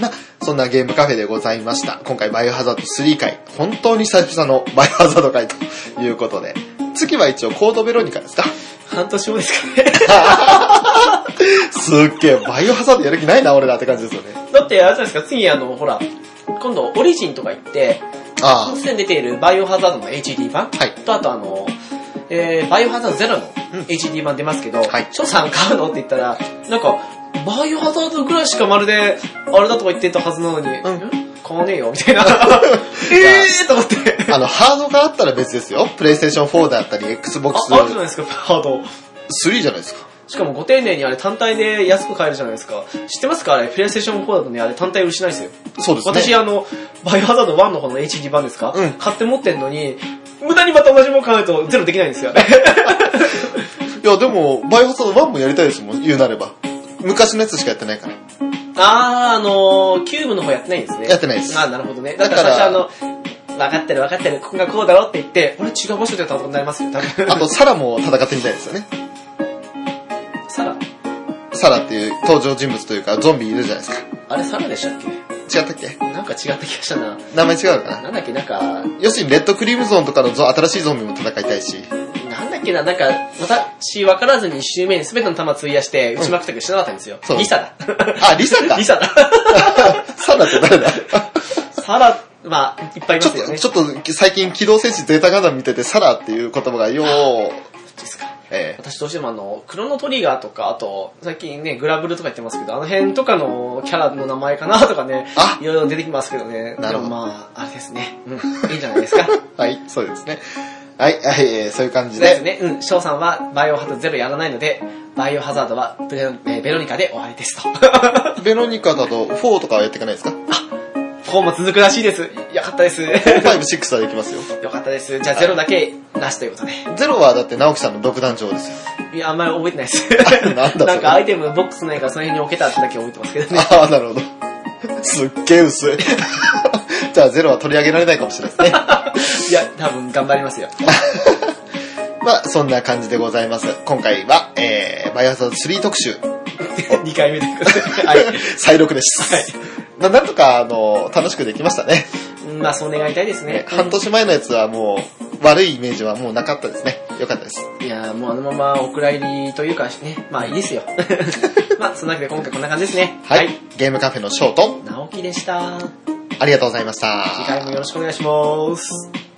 A: な、そんなゲームカフェでございました。今回バイオハザード3回、本当に久々のバイオハザード回ということで、次は一応コードベロニカですか
B: 半年後ですかね。
A: すっげえ、バイオハザードやる気ないな、俺らって感じですよね。
B: だって、あれじゃないですか、次あの、ほら、今度、オリジンとか行って、
A: あ
B: すでに出ているバイオハザードの HD 版
A: あ、はい。
B: と、あとあの、えー、バイオハザードゼロの
A: うん
B: HD 版出ますけど、
A: はい
B: 翔さん買うのって言ったら、なんか、バイオハザードぐらいしかまるで、あれだとか言ってたはずなのに、
A: ん
B: ん買わねえよ、みた いな。えーと思って。
A: あの、ハードがあったら別ですよ。プレイステーション4であったり、Xbox
B: あ、あるじゃないですか、ハード。
A: 3じゃないですか。
B: しかもご丁寧にあれ単体で安く買えるじゃないですか。知ってますかあれ、プレイステーション4だとね、あれ単体売りしないですよ。
A: そうですね。
B: 私、あの、バイオハザード1の方の HD 版ですか、
A: うん
B: 買って持ってんのに、無駄にまた同じもの買わないとゼロできないんですよ。
A: いや、でも、バイオハザード1もやりたいですもん、言うなれば。昔のやつしかやってないから。
B: あー、あのー、キューブの方やってないんですね。
A: やってないです
B: あーなるほどね。だから
A: だから
B: 私あの、分かってる分かってる、ここがこうだろって言って、俺違う場所で戦になりますよ、多分。
A: あと、サラも戦ってみたいですよね。
B: サラ
A: サラっていう登場人物というか、ゾンビいるじゃないです
B: あれサラでしたっけ
A: か。違ったっけ
B: なんか違った気がしたな。
A: 名前違うのかな
B: なんだっけ、なんか、
A: 要するに、レッドクリムゾンとかのゾ新しいゾンビも戦いたいし。
B: なんだっけな、なんか、私分からずに1周目に全ての弾費やして、打ちまくったけど知らなかったんですよ。
A: そう
B: リサだ。
A: あ、リサか
B: リサだ。
A: サラって誰 だ
B: サラ、まあ、いっぱいい
A: ちょ
B: ま
A: っ
B: すよ
A: と、
B: ね。
A: ちょっと、最近、機動戦士ゼータガンダム見てて、サラっていう言葉がよう、
B: ですか
A: ええ
B: 私どうしてもあの、クロノトリガーとか、あと、最近ね、グラブルとか言ってますけど、あの辺とかのキャラの名前かなとかね
A: あ、
B: いろいろ出てきますけどね。
A: なるほど
B: でもまあ、あれですね。うん、いいんじゃないです か。
A: はい、そうですね。はい、はい、えーそういう感じ
B: そうです
A: で。
B: ね。うん、翔さんはバイオハザードゼロやらないので、バイオハザードはベロ,、えーベロニカで終わり ですと。
A: ベロニカだと4とかはやっていかないですか
B: こうも続くらしいです。よかった です。よ
A: ?5、6はできますよ。
B: かったです。じゃあゼロだけなしということで。
A: ゼロはだって直樹さんの独壇場 ですよ。
B: いや、あんまり覚えて ないです
A: あなんだそ。れ
B: なんかアイテムボックスないからその辺に置けたってだけ覚えてますけどね。
A: ああ、なるほど。すっげえ薄い。じゃあゼロは取り上げられないかもしれないですね。
B: いや、多分頑張り ますよ。
A: まあ、そんな感じでございます。今回は、えー、バイオハザード3特集、
B: 2回目ということで。はい。
A: 再録です。まあ、なんとか、あの、楽しくできましたね。
B: うんまあそう願いたいですね
A: ね。半年前のやつはもう、悪いイメージはもうなかったですね。よかったです。
B: いやーもうあのままお蔵入りというかね、まあいい ですよ。まあそんなわけで今回こんな感じですね。
A: はい。。ゲームカフェのショート、
B: 直樹でした。
A: ありがとうございました。
B: 次回もよろしくお願いします。